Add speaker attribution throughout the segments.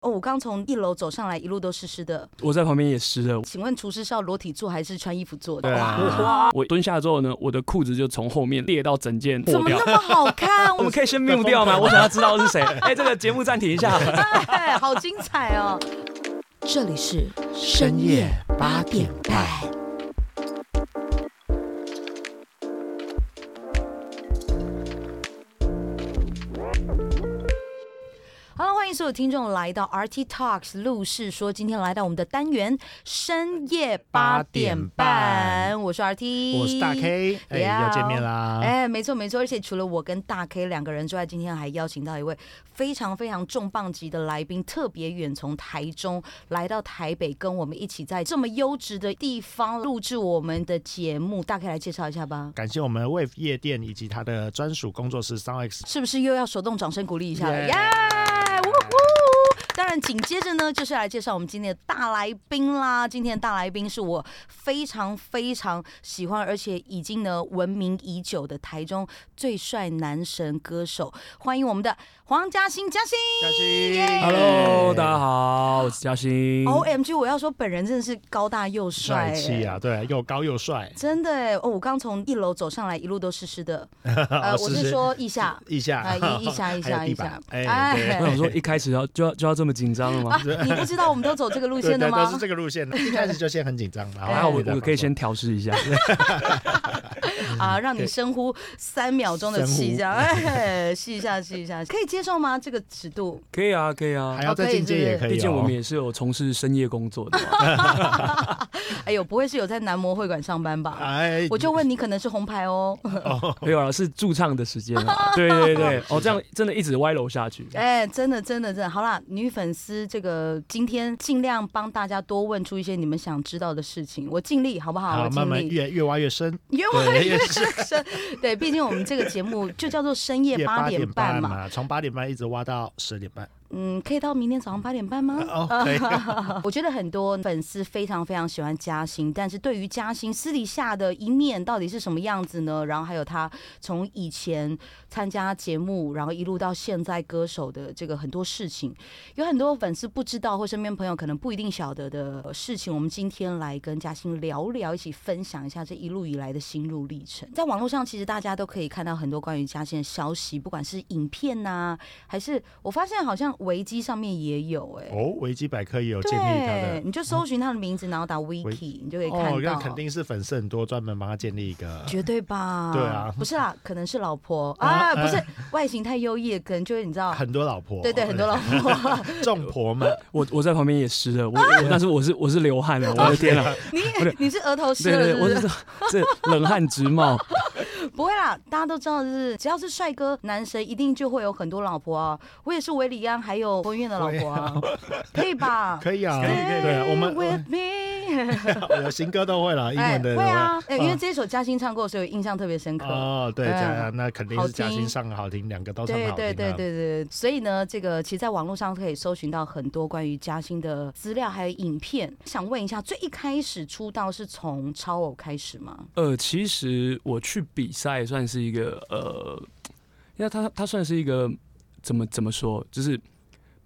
Speaker 1: 哦，我刚从一楼走上来，一路都湿湿的。
Speaker 2: 我在旁边也湿了。
Speaker 1: 请问厨师是要裸体做还是穿衣服做
Speaker 2: 对
Speaker 1: 的？
Speaker 2: 啊，我蹲下之后呢，我的裤子就从后面裂到整件
Speaker 1: 怎
Speaker 2: 破
Speaker 1: 么
Speaker 2: 掉
Speaker 1: 那。么好看？
Speaker 2: 我
Speaker 1: 我
Speaker 2: 们可以先 mute 掉吗？我想要知道是谁。哎，这个节目暂停一下。
Speaker 1: 哎，好精彩哦！这里是
Speaker 3: 深夜八点半。
Speaker 1: 好了，欢迎所有听众来到 RT Talks 路是说，今天来到我们的单元深夜八点半，我是 RT，
Speaker 3: 我是大 K，哎、
Speaker 1: Yeah
Speaker 3: 要见面啦！
Speaker 1: 哎，没错没错，而且除了我跟大 K 两个人之外，今天还邀请到一位非常非常重磅级的来宾，特别远从台中来到台北，跟我们一起在这么优质的地方录制我们的节目。大 K 来介绍一下吧，
Speaker 3: 感谢我们 Wave 夜店以及他的专属工作室 Sound X。
Speaker 1: 是不是又要手动掌声鼓励一下了？
Speaker 3: Yeah
Speaker 1: 耶！呜呼！当然，紧接着呢，就是来介绍我们今天的大来宾啦。今天的大来宾是我非常非常喜欢，而且已经呢闻名已久的台中最帅男神歌手，欢迎我们的黄嘉欣，嘉欣。
Speaker 3: 嘉欣
Speaker 2: Hello，大家好，我是嘉欣。
Speaker 1: O M G！我要说，本人真的是高大又帅、
Speaker 3: 帅气！啊，对，又高又帅。
Speaker 1: 真的哎、哦，我刚从一楼走上来，一路都湿湿 的。呃，我是说一下，
Speaker 3: 一下，
Speaker 1: 啊，一一 下一
Speaker 3: 还有
Speaker 1: 下
Speaker 3: 地
Speaker 1: 一
Speaker 3: 板
Speaker 1: 下，，
Speaker 3: 哎，对
Speaker 2: 我想说，一开始要就要就要这么紧张了吗？
Speaker 1: 你不知道我们都走这个路
Speaker 3: 对
Speaker 1: 线的
Speaker 3: 对，
Speaker 1: 吗哎
Speaker 3: 都？是这个 路线的。一开始就先很紧张，然后
Speaker 2: 还好啊哎我
Speaker 3: 就在
Speaker 2: 我可以
Speaker 3: 放松
Speaker 2: 先调试一下。
Speaker 1: 啊，让你深呼三秒钟的气，这样，哎，吸一下，吸一下，可以接受吗？这个尺度？
Speaker 2: 可以啊，可以啊
Speaker 3: 还。要再进阶也可以、哦，
Speaker 2: 毕竟我们也是有从事深夜工作的嘛。
Speaker 1: 哎呦，不会是有在男模会馆上班吧？
Speaker 3: 哎，
Speaker 1: 我就问你，可能是红牌哦。
Speaker 2: 没有啊，是驻唱的时间啊。对对对，哦，这样真的一直歪楼下去。
Speaker 1: 哎，真的，真的，真的，好啦，女粉丝，这个今天尽量帮大家多问出一些你们想知道的事情，我尽力，好不好？我
Speaker 3: 好，
Speaker 1: 尽
Speaker 3: 慢慢
Speaker 1: 力。
Speaker 3: 越越挖越深，
Speaker 1: 因为
Speaker 3: 对，越深
Speaker 1: 对，毕竟我们这个节目就叫做深夜
Speaker 3: 夜
Speaker 1: 八
Speaker 3: 点
Speaker 1: 点半嘛，
Speaker 3: 嘛，从八点半一直挖到十点半。
Speaker 1: 嗯，可以到明天早上八点半吗？
Speaker 3: 哦，可以，
Speaker 1: 我觉得很多粉丝非常非常喜欢嘉欣，但是对于嘉欣私底下的一面到底是什么样子呢？然后还有她从以前参加节目，然后一路到现在歌手的这个很多事情，有很多粉丝不知道或身边朋友可能不一定晓得的呃事情，我们今天来跟嘉欣聊聊，一起分享一下这一路以来的心路历程。在网络上，其实大家都可以看到很多关于嘉欣的消息，不管是影片呐、还是我发现好像维基上面也有哎、
Speaker 3: 哦，维基百科也有建立他
Speaker 1: 对
Speaker 3: 的，。哦
Speaker 1: 你就搜寻他的名字，然后打 wiki，你就可以看到。
Speaker 3: 那肯定是粉丝很多，专门帮他建立一个。
Speaker 1: 绝对吧？
Speaker 3: 对啊
Speaker 1: 不是啦，可能是老婆
Speaker 3: 啊
Speaker 1: 啊，不是外形太优异，可能就是你知道，
Speaker 3: 很多哎老婆，
Speaker 1: 啊对对，很多老婆。
Speaker 3: 众婆们，
Speaker 2: 我我在旁边也湿了，我我但是我是我是流汗啊，
Speaker 3: 哦
Speaker 2: 我的天啊！
Speaker 1: 你
Speaker 2: 是
Speaker 1: 你是额头湿
Speaker 2: 对
Speaker 1: 了
Speaker 2: 对，
Speaker 1: 是
Speaker 2: 对
Speaker 1: 不
Speaker 2: 我
Speaker 1: 是？
Speaker 2: 是 这冷汗直冒。
Speaker 1: 不会啦，大家都知道，就是只要是帅哥男神，一定就会有很多老婆啊。我也是韦礼安还有彭于晏的老婆啊，可以吧？
Speaker 3: 可以啊，
Speaker 1: Stay
Speaker 3: 对啊，我们
Speaker 1: with me，
Speaker 3: 我我行歌都会了，英
Speaker 1: 哎
Speaker 3: 文的
Speaker 1: 会
Speaker 3: 也
Speaker 1: 啊，哎因为
Speaker 3: 嗯
Speaker 1: 这一首嘉欣唱过，所以印象特别深刻。
Speaker 3: 哦，对，
Speaker 1: 嗯
Speaker 3: 这样那肯定
Speaker 1: 好
Speaker 3: 是嘉欣
Speaker 1: 听
Speaker 3: 上好听，两个都唱得
Speaker 1: 对
Speaker 3: 好听
Speaker 1: 对对
Speaker 3: 啊。
Speaker 1: 对对，所以呢，这个其实在网络上可以搜寻到很多关于嘉欣的资料，还有影片。想问一下，最一开始出道是从超偶开始吗？
Speaker 2: 呃，其实我去比赛算是一个呃，因为它它算是一个怎么怎么说，就是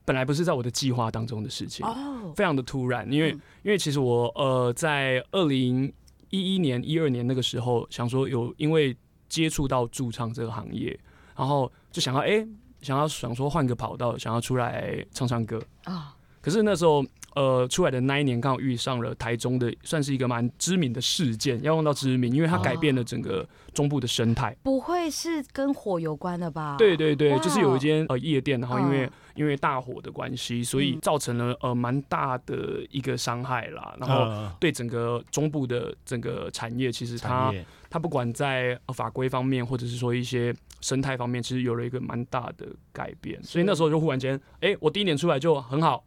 Speaker 2: 本来不是在我的计划当中的事情，
Speaker 1: 哦，
Speaker 2: 非常的突然。因为
Speaker 1: 嗯
Speaker 2: 因为其实我呃在二零一一年一二年那个时候，想说有因为接触到驻唱这个行业，然后就想要哎、想要想说换个跑道，想要出来唱唱歌。
Speaker 1: 啊，
Speaker 2: 可是那时候，呃，出来的那一年刚好遇上了台中的，算是一个蛮知名的事件，要用到知名，因为它改变了整个中部的生态。
Speaker 1: 不会是跟火有关的
Speaker 3: 啊
Speaker 1: 吧？
Speaker 2: 对对对
Speaker 1: 哇，
Speaker 2: 就是有一间呃夜店，然后因为、
Speaker 1: 嗯
Speaker 2: 因为大火的关系，所以
Speaker 1: 嗯
Speaker 2: 造成了呃蛮大的一个伤害啦。然后
Speaker 3: 嗯
Speaker 2: 对整个中部的整个产业，其实它
Speaker 3: 产业
Speaker 2: 它不管在呃法规方面，或者是说一些生态方面，其实有了一个蛮大的改变。所以那时候就忽然间，哎、我第一年出来就很好，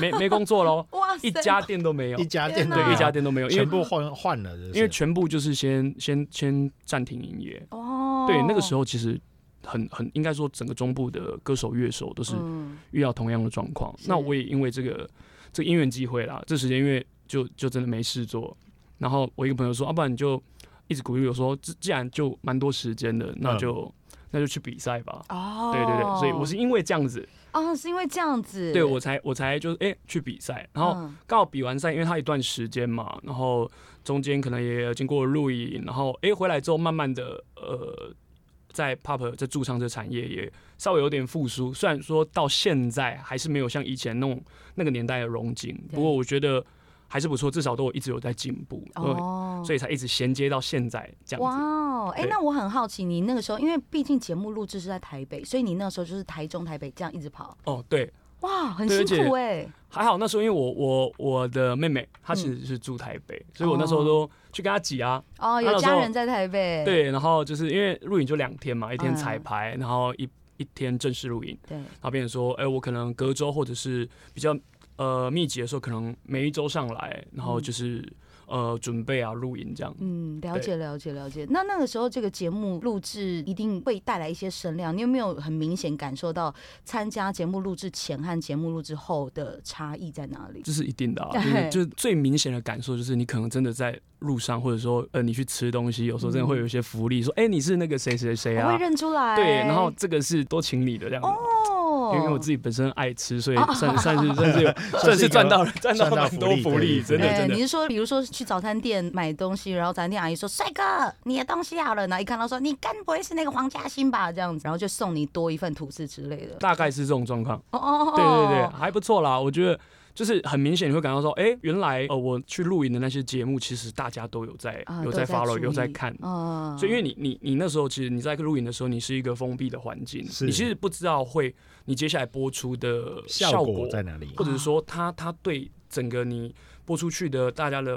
Speaker 2: 没没没工作喽。
Speaker 1: 哇塞，
Speaker 2: 一家店都没有
Speaker 3: 一，家
Speaker 1: 天
Speaker 3: 店
Speaker 1: 哪
Speaker 2: 对，一家
Speaker 3: 店
Speaker 2: 店都没有，因为
Speaker 3: 全部换换了，
Speaker 2: 因为全部就是先先先暂停营业。
Speaker 1: 哦，
Speaker 2: 对，那个时
Speaker 1: 候
Speaker 2: 候其实很很应该说整个中部的歌手乐手都是
Speaker 1: 嗯，
Speaker 2: 遇到同样的状况。
Speaker 1: 是
Speaker 2: 那我也因为这个这个因缘机会啦，这时间因为就就真的没事做，然后我一个朋友说，要、啊不然你就一直鼓励我说，既既然就
Speaker 3: 嗯
Speaker 2: 蛮多时间的，那就、那就去比赛吧。
Speaker 1: 哦，
Speaker 2: 对对对，所以我是因为这样子，
Speaker 1: 哦，是因为这样子，
Speaker 2: 对我才我才就是哎、去比赛，然后
Speaker 1: 嗯
Speaker 2: 刚好比完赛，因为他一段时间嘛，然后中间可能也经过录影，然后诶回来之后，慢慢的呃，在 pop 在驻唱这产业也稍微有点复苏，虽然说到现在还是没有像以前那种那个年代的荣景，
Speaker 1: 对
Speaker 2: 不过我觉得还是不错，至少都有一直有在进步，嗯，
Speaker 1: 哦，
Speaker 2: 所以才一直衔接到现在这样
Speaker 1: 哇
Speaker 2: 子。
Speaker 1: 哦，哎、
Speaker 2: 对
Speaker 1: 那我很好奇，你那个时候，因为毕竟节目录制是在台北，所以你那时候就是台中、台北这样一直跑，
Speaker 2: 哦，对，
Speaker 1: 哇，很
Speaker 2: 对
Speaker 1: 辛
Speaker 2: 而且
Speaker 1: 苦哎、
Speaker 2: 还好那时候因为我我我的妹妹她其
Speaker 1: 嗯
Speaker 2: 实是住台北，所以我那时候都去跟她挤啊，
Speaker 1: 哦，
Speaker 2: 他
Speaker 1: 有
Speaker 2: 那时
Speaker 1: 家
Speaker 2: 候
Speaker 1: 人在台北，
Speaker 2: 对，然后就是因为录影就两天嘛，一天
Speaker 1: 嗯
Speaker 2: 彩排，然后一一天正式录影，
Speaker 1: 对，
Speaker 2: 然后变成说，哎、我可能隔周或者是比较呃密集的时候，可能每一周上来，然后就是、呃准备啊录影这样。
Speaker 1: 嗯，了解了解了解。那那个时候这个节目录制一定会带来一些声量，你有没有很明显感受到参加节目录制前和节目录制后的差异在哪里？
Speaker 2: 这是一定的、啊，
Speaker 1: 对
Speaker 2: 就是就是最明显的感受就是，你可能真的在路上，或者说呃，你去吃东西，有时候真的会有一些福利，说哎、你是那个谁谁谁
Speaker 1: 嗯我
Speaker 2: 啊
Speaker 1: 会，认出来，
Speaker 2: 对，然后这个是多请你的这样子，
Speaker 1: 哦，
Speaker 2: 因为我自己本身爱吃，所以算算是算 是有
Speaker 3: 算
Speaker 2: 算
Speaker 3: 是
Speaker 2: 是
Speaker 3: 一个
Speaker 2: 赚到了赚到
Speaker 3: 赚到
Speaker 2: 蛮
Speaker 3: 福
Speaker 2: 多
Speaker 3: 利
Speaker 2: 福
Speaker 3: 对
Speaker 2: 利，
Speaker 3: 对
Speaker 2: 真的
Speaker 3: 对
Speaker 1: 哎
Speaker 2: 真的
Speaker 1: 你。是说，比如说去早餐店买东西，然后早餐店阿姨说：“帅哥，你的东西好了。”然后一看到说：“你该不会是那个黄嘉欣吧？”这样子，然后就送你多一份吐司之类的。
Speaker 2: 大概是这种状况。
Speaker 1: 哦哦哦，
Speaker 2: 对对对，还不错啦，我觉得。就是很明显，你会感到说，哎、原来呃，我去录影的那些节目，其实大家都有在、
Speaker 1: 啊
Speaker 2: 有
Speaker 1: 都在
Speaker 2: 在 follow，
Speaker 1: 注意
Speaker 2: 有在看。
Speaker 1: 哦，
Speaker 2: 所以，因为你你你那时候，其实你在录影的时候，你是一个封闭的环境，
Speaker 3: 是
Speaker 2: 你其实不知道会你接下来播出的
Speaker 3: 效
Speaker 2: 效
Speaker 3: 果在哪里？
Speaker 2: 或者是说它它对整个你播出去的大家的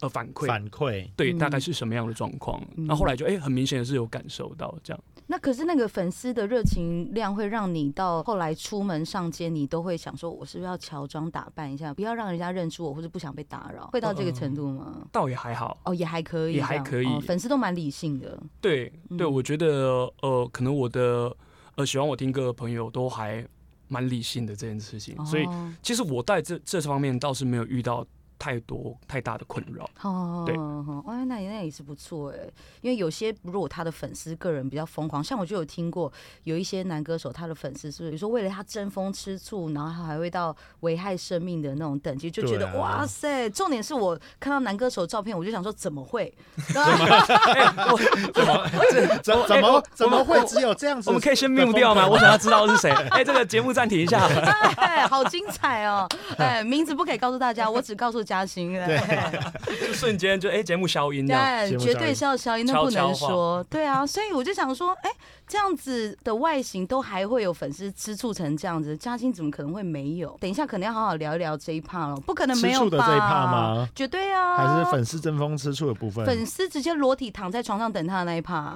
Speaker 2: 呃反馈，
Speaker 3: 反馈
Speaker 2: 对
Speaker 1: 嗯
Speaker 2: 大概是什么样的状况？
Speaker 1: 嗯
Speaker 2: 然后后来就哎、诶很明显的是有感受到这样。
Speaker 1: 那可是那个粉丝的热情量会让你到后来出门上街，你都会想说，我是不是要乔装打扮一下，不要让人家认出我，或者不想被打扰，会到这个程度吗？
Speaker 2: 倒也还好，
Speaker 1: 哦，也还可以这
Speaker 2: 也
Speaker 1: 样，
Speaker 2: 还可以
Speaker 1: 哦粉丝都蛮理性的。
Speaker 2: 对对，
Speaker 1: 嗯
Speaker 2: 我觉得呃，可能我的呃喜欢我听歌的朋友都还蛮理性的这件事情，所以
Speaker 1: 哦
Speaker 2: 其实我在这这方面倒是没有遇到太多太大的困 扰。
Speaker 1: 哦，
Speaker 2: 对
Speaker 1: 哦，哎那也那也是不错哎，因为有些如果他的粉丝个人比较疯狂，像我就有听过有一些男歌手，他的粉丝是有时候为了他争风吃醋，然后他还会到危害生命的那种等级，就觉得、
Speaker 3: 对啊
Speaker 1: 哇塞！重点是我看到男歌手照片，我就想说怎么会？
Speaker 2: 哎
Speaker 3: 怎
Speaker 2: 我
Speaker 3: 怎
Speaker 2: 哎
Speaker 3: 么
Speaker 2: 我
Speaker 3: 怎么
Speaker 2: 我
Speaker 3: 会只有这样子？
Speaker 2: 我们可以先 mute 掉吗？我想要知道是谁。哎、这个节目暂停一下。
Speaker 1: 哎，好精彩哦！哎，名字不可以告诉大家，我只告诉嘉欣。哎
Speaker 2: 就瞬间就哎、节目 消音这样。
Speaker 1: 但
Speaker 3: 节目
Speaker 1: 绝
Speaker 3: 效
Speaker 1: 对
Speaker 3: 应
Speaker 1: 是要消音，那
Speaker 2: 悄
Speaker 1: 不能
Speaker 2: 悄话
Speaker 1: 说。对啊，所以我就想说，哎、这样子的外形都还会有粉丝吃醋成这样子，嘉欣怎么可能会没有？等一下可能要好好聊一聊这一趴了，不可能没
Speaker 3: 吃
Speaker 1: 有吧？
Speaker 3: 醋的这一趴吗？
Speaker 1: 绝对啊，
Speaker 3: 还是粉丝争风吃醋的部分？
Speaker 1: 粉丝直接裸体躺在床上等他的那一 趴，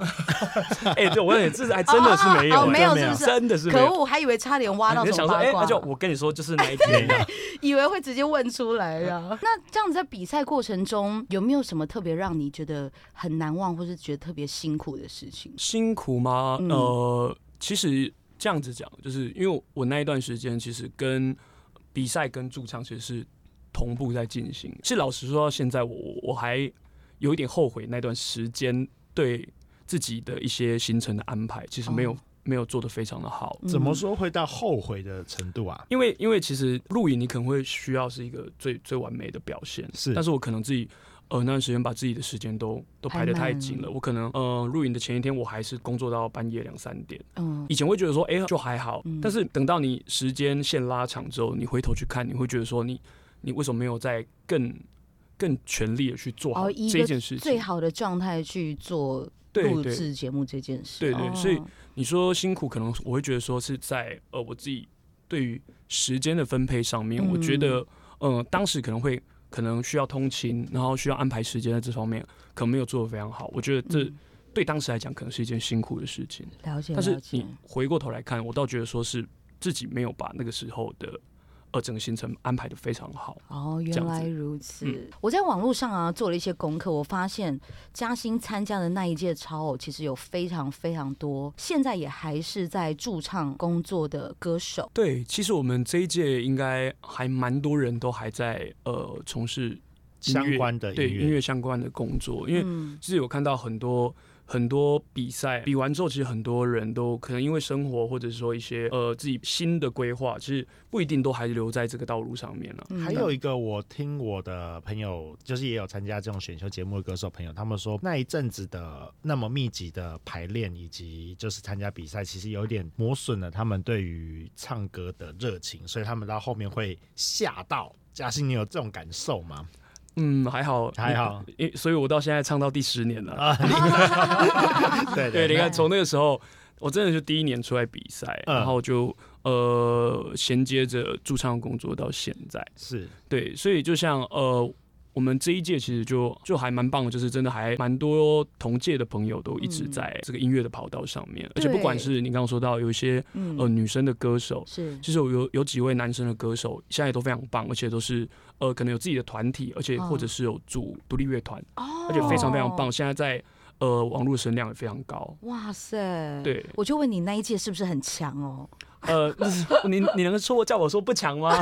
Speaker 2: 哎、对我也是，还真的是没有、
Speaker 1: 哦哦哦没有
Speaker 2: 真的
Speaker 1: 是不是
Speaker 2: 真的是没
Speaker 1: 可
Speaker 2: 有。
Speaker 1: 恶，还以为差点挖到
Speaker 3: 啊
Speaker 2: 你就
Speaker 1: 什
Speaker 2: 想
Speaker 1: 么
Speaker 2: 说，哎、
Speaker 1: 八卦，
Speaker 2: 那就我跟你说，就是哪 一天、啊。
Speaker 1: 以为会直接问出来 啊。那这样子在比赛过程中，有没有什么特别让你觉得很难忘，或是觉得特别辛苦的事情？
Speaker 2: 辛苦吗？
Speaker 1: 嗯
Speaker 2: 呃，其实这样子讲，就是因为我那一段时间其实跟比赛跟驻唱其实是同步在进行。是老实说，到现在我我我还有一点后悔那段时间对自己的一些行程的安排，其实没有、
Speaker 1: 哦
Speaker 2: 没有做得非常的好。
Speaker 1: 嗯
Speaker 3: 怎么说会到后悔的程度啊？
Speaker 2: 因为因为其实录影你可能会需要是一个最最完美的表现，
Speaker 3: 是
Speaker 2: 但是我可能自己。呃，那段时间把自己的时间都都排得太紧
Speaker 1: 嗯
Speaker 2: 了，我可能呃录影的前一天我还是工作到半夜两三点，
Speaker 1: 嗯
Speaker 2: 以前会觉得说，哎、就还好，
Speaker 1: 嗯
Speaker 2: 但是等到你时间线拉长之后，你回头去看，你会觉得说你，你为什么没有在更更全力的去做好
Speaker 1: 哦一个
Speaker 2: 这件事情？
Speaker 1: 最好的状态去做
Speaker 2: 对
Speaker 1: 录
Speaker 2: 对，
Speaker 1: 制节目这件事。
Speaker 2: 对对
Speaker 1: 哦
Speaker 2: 所以你说辛苦，可能我会觉得说是在呃我自己对于时间的分配上面，
Speaker 1: 嗯
Speaker 2: 我觉得呃当时可能会可能需要通勤，然后需要安排时间在这方面，可能没有做的非常好。我觉得这
Speaker 1: 嗯
Speaker 2: 对当时来讲可能是一件辛苦的事情。
Speaker 1: 了解，
Speaker 2: 但
Speaker 1: 了
Speaker 2: 是
Speaker 1: 解
Speaker 2: 你。回过头来看，我倒觉得说是自己没有把那个时候的呃整个行程安排的非常好。
Speaker 1: 哦，
Speaker 2: 这
Speaker 1: 原
Speaker 2: 样
Speaker 1: 来
Speaker 2: 子
Speaker 1: 如此。
Speaker 2: 嗯
Speaker 1: 我在网络上啊做了一些功课，我发现嘉兴参加的那一届超偶，其实有非常非常多，现在也还是在驻唱工作的歌手。
Speaker 2: 对，其实我们这一届应该还蛮多人都还在呃从事
Speaker 3: 相关的
Speaker 2: 对
Speaker 3: 音
Speaker 2: 音
Speaker 3: 乐
Speaker 2: 乐相关的工作，因为
Speaker 1: 嗯，
Speaker 2: 其实有看到很多很多比赛比完之后，其实很多人都可能因为生活或者说一些呃自己新的规划，其实不一定都还留在这个道路上面了、
Speaker 1: 嗯
Speaker 3: 还有一个，我听我的朋友，就是也有参加这种选秀节目的歌手朋友，他们说那一阵子的那么密集的排练以及就是参加比赛，其实有点磨损了他们对于唱歌的热情，所以他们到后面会吓到。嘉欣，你有这种感受吗？
Speaker 2: 嗯，还好，
Speaker 3: 还好
Speaker 2: 因，因所以我到现在唱到第十年了。
Speaker 3: 啊，对
Speaker 2: 嗯对，你
Speaker 1: 那
Speaker 2: 看从那个时候，我真的就第一年出来比赛，
Speaker 3: 嗯
Speaker 2: 然后就呃衔接着驻唱工作到现在。
Speaker 3: 是
Speaker 2: 对，所以就像呃，我们这一届其实就就还蛮棒的，就是真的还蛮多同届的朋友都一直
Speaker 1: 嗯
Speaker 2: 在这个音乐的跑道上面，而且不
Speaker 1: 对
Speaker 2: 管是你刚刚说到有一些
Speaker 1: 嗯
Speaker 2: 呃女生的歌手。
Speaker 1: 是
Speaker 2: 其实有有有几位男生的歌手，现在也都非常棒，而且都是呃可能有自己的团体，而且
Speaker 1: 嗯
Speaker 2: 或者是有组独立乐团，
Speaker 1: 哦
Speaker 2: 而且非常非常棒。。现在在呃网络声量也非常高。
Speaker 1: 哇塞！
Speaker 2: 对
Speaker 1: 我就问你那一届是不是很强哦？
Speaker 2: 呃，你你能说叫我说不强 吗？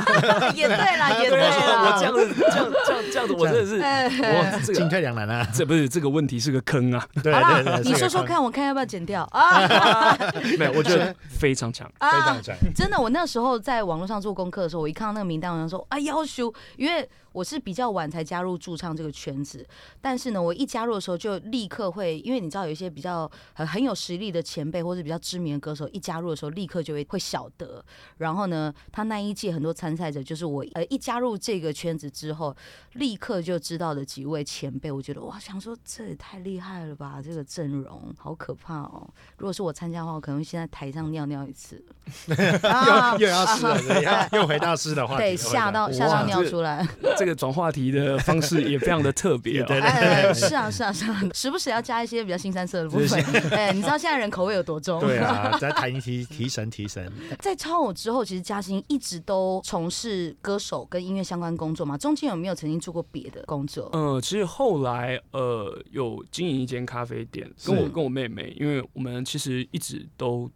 Speaker 1: 也对啦，也
Speaker 2: 对啊，哎
Speaker 1: 啦，
Speaker 2: 我这样子这样这样这样子，我真 的是我这
Speaker 3: 进
Speaker 2: 个
Speaker 3: 退两难啊。
Speaker 2: 这不是这个问题是个坑啊！
Speaker 3: 对
Speaker 1: 好啦
Speaker 3: 对对，
Speaker 1: 你说说看，我看要不要剪掉啊？
Speaker 2: 没有，我觉得非常强。
Speaker 3: 非
Speaker 1: 啊
Speaker 3: 常！准。
Speaker 1: 真的，我那时候在网络上做功课的时候，我一看到那个名单，我就说啊，要修，因为我是比较晚才加入驻唱这个圈子，但是呢，我一加入的时候就立刻会，因为你知道有一些比较很很有实力的前辈或者比较知名的歌手，一加入的时候立刻就会会晓得。然后呢，他那一届很多参赛者，就是我呃一加入这个圈子之后，立刻就知道的几位前辈，我觉得哇，想说这也太厉害了吧，这个阵容好可怕哦。如果是我参加的话，我可能现在台上尿尿一次。 啊
Speaker 3: 又又要湿了，又又回到湿的话题了，
Speaker 1: 对，吓到吓
Speaker 2: 哇
Speaker 1: 到尿
Speaker 2: 这
Speaker 1: 出来，
Speaker 2: 这个转话题的方式也非常的特 别、
Speaker 3: 对
Speaker 2: 哦。
Speaker 3: 对对
Speaker 1: 哎，是啊是啊是啊， 时不时要加一些比较新三色的部分。哎，你知道现在人口味有多重？
Speaker 3: 对啊，再谈一提提神提神，
Speaker 1: 在超偶之后，其实嘉欣一直都从事歌手跟音乐相关工作嘛，中间有没有曾经做过别的工作？
Speaker 2: 嗯，其实后来呃有经营一间咖啡店，跟我
Speaker 3: 是
Speaker 2: 跟我妹妹，因为我们其实一直都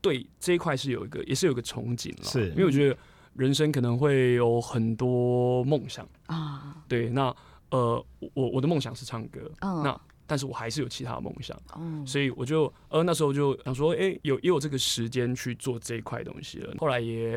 Speaker 2: 对这一块是有一个也是有一个憧憬了，
Speaker 3: 是
Speaker 2: 因为我觉得人生可能会有很多梦想，
Speaker 3: 嗯
Speaker 1: 啊，
Speaker 2: 对，那呃我我我的梦想是唱歌，
Speaker 1: 嗯，
Speaker 2: 那但是我还是有其他的梦想，
Speaker 1: 哦，
Speaker 2: 所以我就呃那时候就想说，哎、有也有这个时间去做这一块东西了，后来也。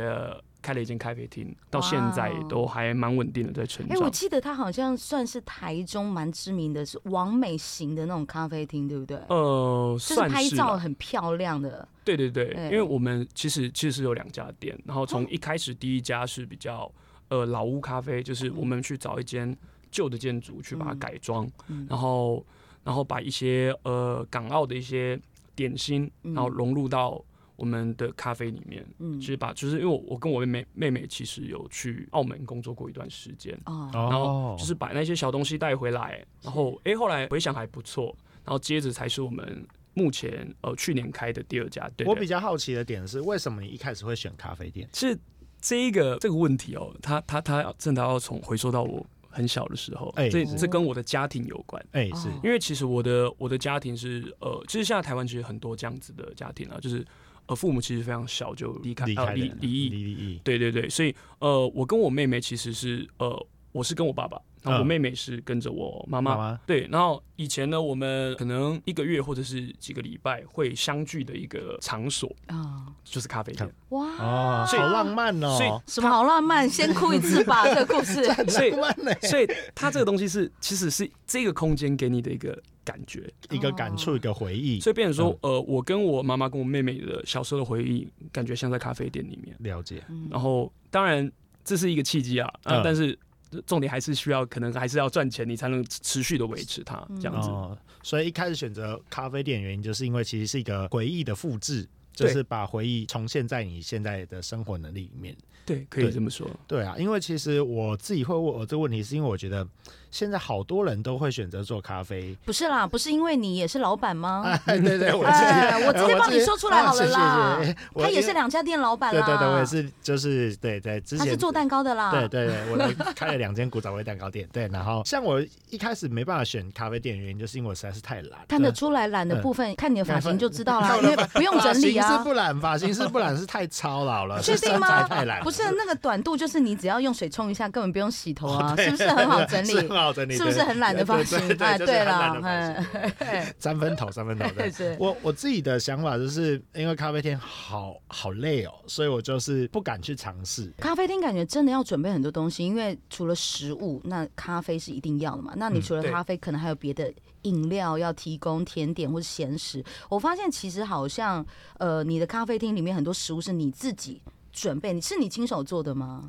Speaker 2: 开了一间咖啡厅，到现在
Speaker 1: 哇哦
Speaker 2: 都还蛮稳定的在成
Speaker 1: 哎、
Speaker 2: 长。
Speaker 1: 我记得他好像算是台中蛮知名的，是王美型的那种咖啡厅，对不对？
Speaker 3: 哦
Speaker 2: 呃，
Speaker 1: 就是
Speaker 2: 算
Speaker 1: 拍
Speaker 2: 是啦
Speaker 1: 照很漂亮的，
Speaker 2: 对对对，
Speaker 1: 对哦
Speaker 2: 因为我们其实其实是有两家店，然后从一开始第一家是比较呃老屋咖啡，就是我们去找一间旧的建筑去把它
Speaker 1: 嗯
Speaker 2: 改装，
Speaker 1: 嗯
Speaker 2: 然后然后把一些呃港澳的一些点心，
Speaker 1: 嗯
Speaker 2: 然后融入到我们的咖啡里面。
Speaker 1: 嗯
Speaker 2: 其实把就是因为我我跟我妹妹妹妹其实有去澳门工作过一段时间，
Speaker 1: 哦，
Speaker 2: 然
Speaker 3: 哦
Speaker 2: 后就是把那些小东西带回来，然后诶，后来回想还不错，然后接着才是我们目前呃去年开的第二家店。
Speaker 3: 我比较好奇的点是，为什么你一开始会选咖啡店？
Speaker 2: 是这一个这个问题哦，他他他真的要从回溯到我很小的时候，
Speaker 3: 哎
Speaker 2: 这
Speaker 1: 是
Speaker 2: 这跟我的家庭有关。
Speaker 3: 哎，
Speaker 1: 哦
Speaker 3: 是
Speaker 2: 因为其实我的我的家庭是呃，其实现在台湾其实很多这样子的家庭啊，就是呃父母其实非常小就离开
Speaker 3: 离
Speaker 2: 呃
Speaker 3: 开
Speaker 2: 离
Speaker 3: 的嗯
Speaker 2: 离异，
Speaker 3: 离异，
Speaker 2: 对对对，所以呃我跟我妹妹其实是呃我是跟我爸爸，然后我
Speaker 3: 嗯
Speaker 2: 妹妹是跟着我妈妈
Speaker 3: 妈，妈
Speaker 2: 对，然后以前呢，我们可能一个月或者是几个礼拜会相聚的一个场所
Speaker 1: 啊，
Speaker 2: 就是咖啡店，
Speaker 1: 哇
Speaker 3: 哦，，好浪漫
Speaker 2: 所以
Speaker 3: 哦，
Speaker 1: 什么好浪漫，先哭一次 吧，这个故事。
Speaker 2: 所以
Speaker 3: 浪漫呢，
Speaker 2: 所以它这个东西是其实是这个空间给你的一个感觉，
Speaker 3: 一
Speaker 1: 哦
Speaker 3: 个感触，一个嗯回忆，
Speaker 2: 所以变成说，呃，我跟我妈妈跟我妹妹的小时候的回忆，感觉像在咖啡店里面。
Speaker 3: 了解，
Speaker 1: 嗯
Speaker 2: 然后当然这是一个契机啊，啊
Speaker 3: 嗯
Speaker 2: 但是重点还是需要，可能还是要赚钱，你才能持续的维持它
Speaker 1: 嗯
Speaker 2: 这样子。
Speaker 3: 哦，所以一开始选择咖啡店的原因，就是因为其实是一个回忆的复制，就是把回忆重现在你现在的生活能力里面。
Speaker 2: 对，可以
Speaker 3: 对
Speaker 2: 这么说。
Speaker 3: 对啊，因为其实我自己会问我这个问题，是因为我觉得现在好多人都会选择做咖啡。
Speaker 1: 不是啦，不是因为你也是老板吗？
Speaker 3: 哎， 对对，我自己
Speaker 1: 嗯哎，我直接帮你说出来好了啦。
Speaker 3: 啊是是是我
Speaker 1: 他也是两家店老板
Speaker 3: 对
Speaker 1: 啦。
Speaker 3: 对对，我也。是，就是对对，之
Speaker 1: 他
Speaker 3: 前
Speaker 1: 是做蛋糕啊的啦。
Speaker 3: 对对对，我来开了两间古早味蛋糕店。对，然后像我一开始没办法选咖啡店，的原因就是因为我实在是太懒，
Speaker 1: 看得出来懒的部分，看你的发型就知道啦，因为不用整理及
Speaker 3: 型是
Speaker 1: 啊。
Speaker 3: 不染，发型是不染是太操劳 了，
Speaker 1: 确
Speaker 3: 是
Speaker 1: 定
Speaker 3: 身
Speaker 1: 吗
Speaker 3: 材太懒？了，
Speaker 1: 不是那个短度，就是你只要用水冲一下，根本不用洗头啊，
Speaker 3: 哦 对
Speaker 1: 是不是很好整理？
Speaker 3: 是很好整理，
Speaker 1: 是不是
Speaker 3: 对
Speaker 1: 很懒的发型
Speaker 3: 对对对
Speaker 1: 哎
Speaker 3: 就是
Speaker 1: 对
Speaker 3: 很懒
Speaker 1: 啦哎
Speaker 3: 的发型
Speaker 1: 嘿
Speaker 3: 三分头，三分头。对
Speaker 1: 是
Speaker 3: 我我自己的想法就是，因为咖啡厅好好累哦，所以我就是不敢去尝试。
Speaker 1: 咖啡厅感觉真的要准备很多东西，因为除了食物，那咖啡是一定要的嘛。
Speaker 3: 嗯
Speaker 1: 那你除了
Speaker 2: 对
Speaker 1: 咖啡，可能还有别的饮料要提供，甜点或是咸食。我发现其实好像，呃，你的咖啡厅里面很多食物是你自己准备，你是你亲手做的吗？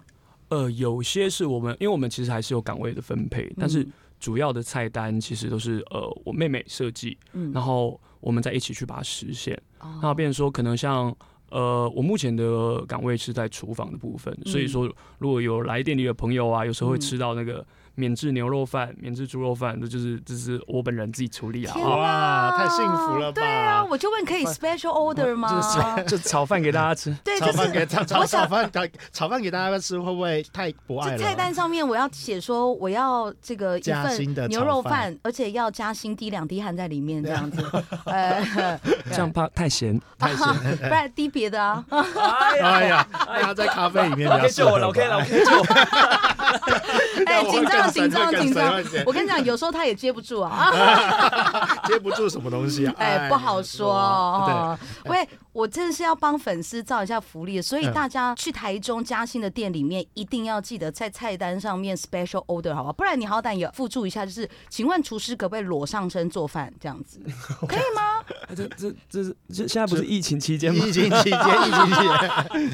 Speaker 2: 呃，有些是我们，因为我们其实还是有岗位的分配，但是
Speaker 1: 嗯
Speaker 2: 主要的菜单其实都是呃我妹妹设计，
Speaker 1: 嗯
Speaker 2: 然后我们再一起去把它实现。那
Speaker 1: 哦，
Speaker 2: 变成说，可能像呃，我目前的岗位是在厨房的部分，所以
Speaker 1: 嗯
Speaker 2: 说如果有来店里的朋友啊，有时候会
Speaker 1: 嗯
Speaker 2: 吃到那个免治牛肉饭、免治猪肉饭，那就是这是我本人自己处理啊。
Speaker 1: 天
Speaker 2: 哦
Speaker 3: 哇，太幸福了吧！
Speaker 1: 对啊，我就问可以 special order
Speaker 2: 就是炒
Speaker 1: 吗？
Speaker 2: 就炒饭给大家吃，
Speaker 1: 对，
Speaker 3: 炒
Speaker 1: 哎就
Speaker 3: 饭
Speaker 1: 是
Speaker 3: 给炒炒
Speaker 1: 我想
Speaker 3: 炒饭给炒饭给大家吃，会不会太不
Speaker 1: 这
Speaker 3: 爱了？啊
Speaker 1: 菜单上面我要写说我要这个一
Speaker 3: 加薪的
Speaker 1: 份
Speaker 3: 炒
Speaker 1: 牛肉
Speaker 3: 饭
Speaker 1: 饭，而且要加薪滴两滴汗在里面这样 子，呃，
Speaker 2: 这样怕太咸。
Speaker 3: 太咸了。
Speaker 1: 不然滴别的 啊。
Speaker 2: 哎
Speaker 3: 哎 呀，
Speaker 1: 哦
Speaker 3: 他在咖啡里面比较
Speaker 2: ，OK
Speaker 3: 适
Speaker 2: 救
Speaker 3: 合
Speaker 2: 我
Speaker 3: 吧
Speaker 2: 了，OK 了，OK 救我。
Speaker 1: 哎，
Speaker 3: 我
Speaker 1: 紧
Speaker 3: 会
Speaker 1: 张了，
Speaker 3: 更
Speaker 1: 紧
Speaker 3: 神
Speaker 1: 张了，
Speaker 3: 会更
Speaker 1: 紧
Speaker 3: 神
Speaker 1: 张
Speaker 3: 会
Speaker 1: 了
Speaker 3: 更。
Speaker 1: 我跟你讲，有时候他也接不住啊。啊
Speaker 3: 接不住什么东西啊？
Speaker 1: 哎，不好说
Speaker 3: 哇
Speaker 1: 哦。喂，我真的是要帮粉丝造一下福利，所以
Speaker 3: 嗯
Speaker 1: 大家去台中嘉兴的店里面，一定要记得在菜单上面 special order 好吧？不然你好歹也附注一下，就是请问厨师可不可以裸上身做饭这样 子？可以吗？
Speaker 2: 这这这是这现在不是疫情期
Speaker 3: 对。
Speaker 2: 间吗？
Speaker 3: 疫情期间，疫情期间，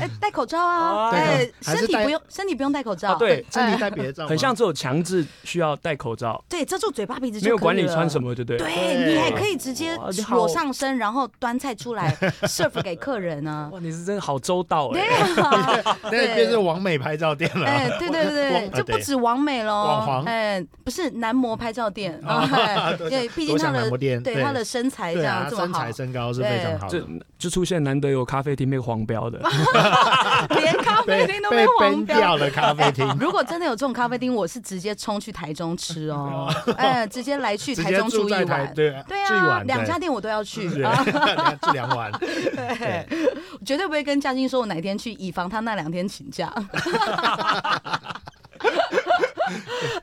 Speaker 1: 哎，戴口罩啊，
Speaker 2: 哦
Speaker 1: 哎，
Speaker 3: 还是
Speaker 1: 身体
Speaker 3: 戴
Speaker 1: 不用，身体不用戴口罩。
Speaker 2: 啊对
Speaker 3: 身体带别的照吗，
Speaker 2: 很像只有强制需要戴口罩，
Speaker 1: 对，遮住嘴巴鼻子就
Speaker 2: 没有
Speaker 1: 可以
Speaker 2: 管你
Speaker 1: 了
Speaker 2: 穿什。么，对不对？
Speaker 1: 对哎你还可以直接
Speaker 2: 哇你好
Speaker 1: 裸上身，然后端菜出 来 serve 给客人呢、
Speaker 2: 哇，你是真的好周到哎、
Speaker 1: 对啊，
Speaker 3: 那变成王美拍照店了。
Speaker 1: 哎，对对对，
Speaker 3: 光
Speaker 1: 这不止王美喽，
Speaker 3: 网黄啊
Speaker 1: 哎，不是男模拍照店，哎对，毕竟
Speaker 3: 多
Speaker 1: 他
Speaker 3: 想男模
Speaker 1: 的
Speaker 3: 店，
Speaker 1: 对他的身材这
Speaker 3: 对
Speaker 1: 样
Speaker 3: 啊，
Speaker 1: 这么
Speaker 3: 身
Speaker 1: 好
Speaker 3: 材，身高是非常好
Speaker 2: 这
Speaker 3: 的。
Speaker 2: 就出现难得有咖啡厅被黄标的，
Speaker 1: 连咖啡
Speaker 3: 被
Speaker 1: 厅都
Speaker 3: 被
Speaker 1: 黄
Speaker 3: 崩
Speaker 1: 标。
Speaker 3: 掉了咖啡厅，
Speaker 1: 如果真的有这种咖啡厅，我是直接冲去台中吃 哦，哎，直接 来去
Speaker 3: 直
Speaker 1: 台
Speaker 3: 接
Speaker 1: 中
Speaker 3: 住
Speaker 1: 住一
Speaker 3: 在台
Speaker 1: 晚。
Speaker 3: 对
Speaker 1: 对
Speaker 3: 住一
Speaker 1: 啊，
Speaker 3: 晚
Speaker 1: 两
Speaker 3: 对
Speaker 1: 家店我都要去，
Speaker 3: 是
Speaker 1: 啊
Speaker 3: 两住两 晚，对
Speaker 1: 绝对不会跟嘉欣说我哪天去，以防他那两天请假。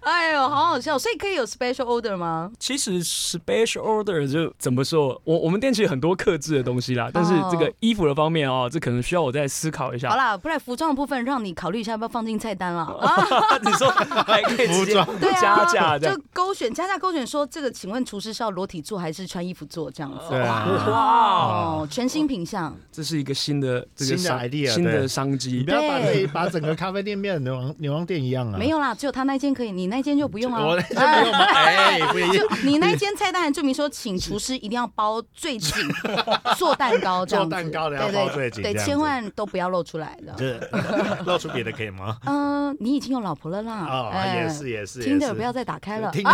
Speaker 1: 哎呦，好好笑！所以可以有 special order 吗？
Speaker 2: 其实 special order 就怎么说，我我们店其实很多克制的东西啦，但是这个衣服的方面哦，这可能需要我再思考
Speaker 1: 好
Speaker 2: 一下。
Speaker 1: 啦，不然服装的部分让你考虑一下，要不要放进菜单了。
Speaker 2: 你说还可以直接
Speaker 3: 服
Speaker 1: 对啊，
Speaker 2: 加价这
Speaker 1: 就
Speaker 2: 样，
Speaker 1: 勾选加价勾选说这个，请问厨师是要裸体做还是穿衣服做这样子？
Speaker 3: 对啊
Speaker 2: 哇，
Speaker 1: 哦，全新品相，
Speaker 2: 这是一个新的这个
Speaker 3: 新的
Speaker 2: 商
Speaker 3: idea，
Speaker 2: 新的
Speaker 3: 对
Speaker 2: 商
Speaker 3: 你
Speaker 2: 机
Speaker 3: 不。要把
Speaker 1: 对
Speaker 3: 自己把整个咖啡店变成牛王牛王店一样啊！
Speaker 1: 没有啦，只有他那间可以，你那间就不用啊。
Speaker 3: 我那没有吗？哎，不一
Speaker 1: 就你那间菜单还注明说，请厨师一定要包最 紧，做蛋糕这样子，
Speaker 3: 做蛋糕的要
Speaker 1: 对
Speaker 3: 包最
Speaker 1: 对
Speaker 3: 紧
Speaker 1: 对，
Speaker 3: 这样子
Speaker 1: 千万都不要露出来的。
Speaker 3: 这露出别的可以吗？
Speaker 1: 嗯、你已经有老婆了啦，
Speaker 3: 哦，
Speaker 1: 哎
Speaker 3: 也是也是，
Speaker 1: 听
Speaker 3: 也
Speaker 1: 的
Speaker 3: 是
Speaker 1: 不要再打开了，
Speaker 3: 听
Speaker 1: 啊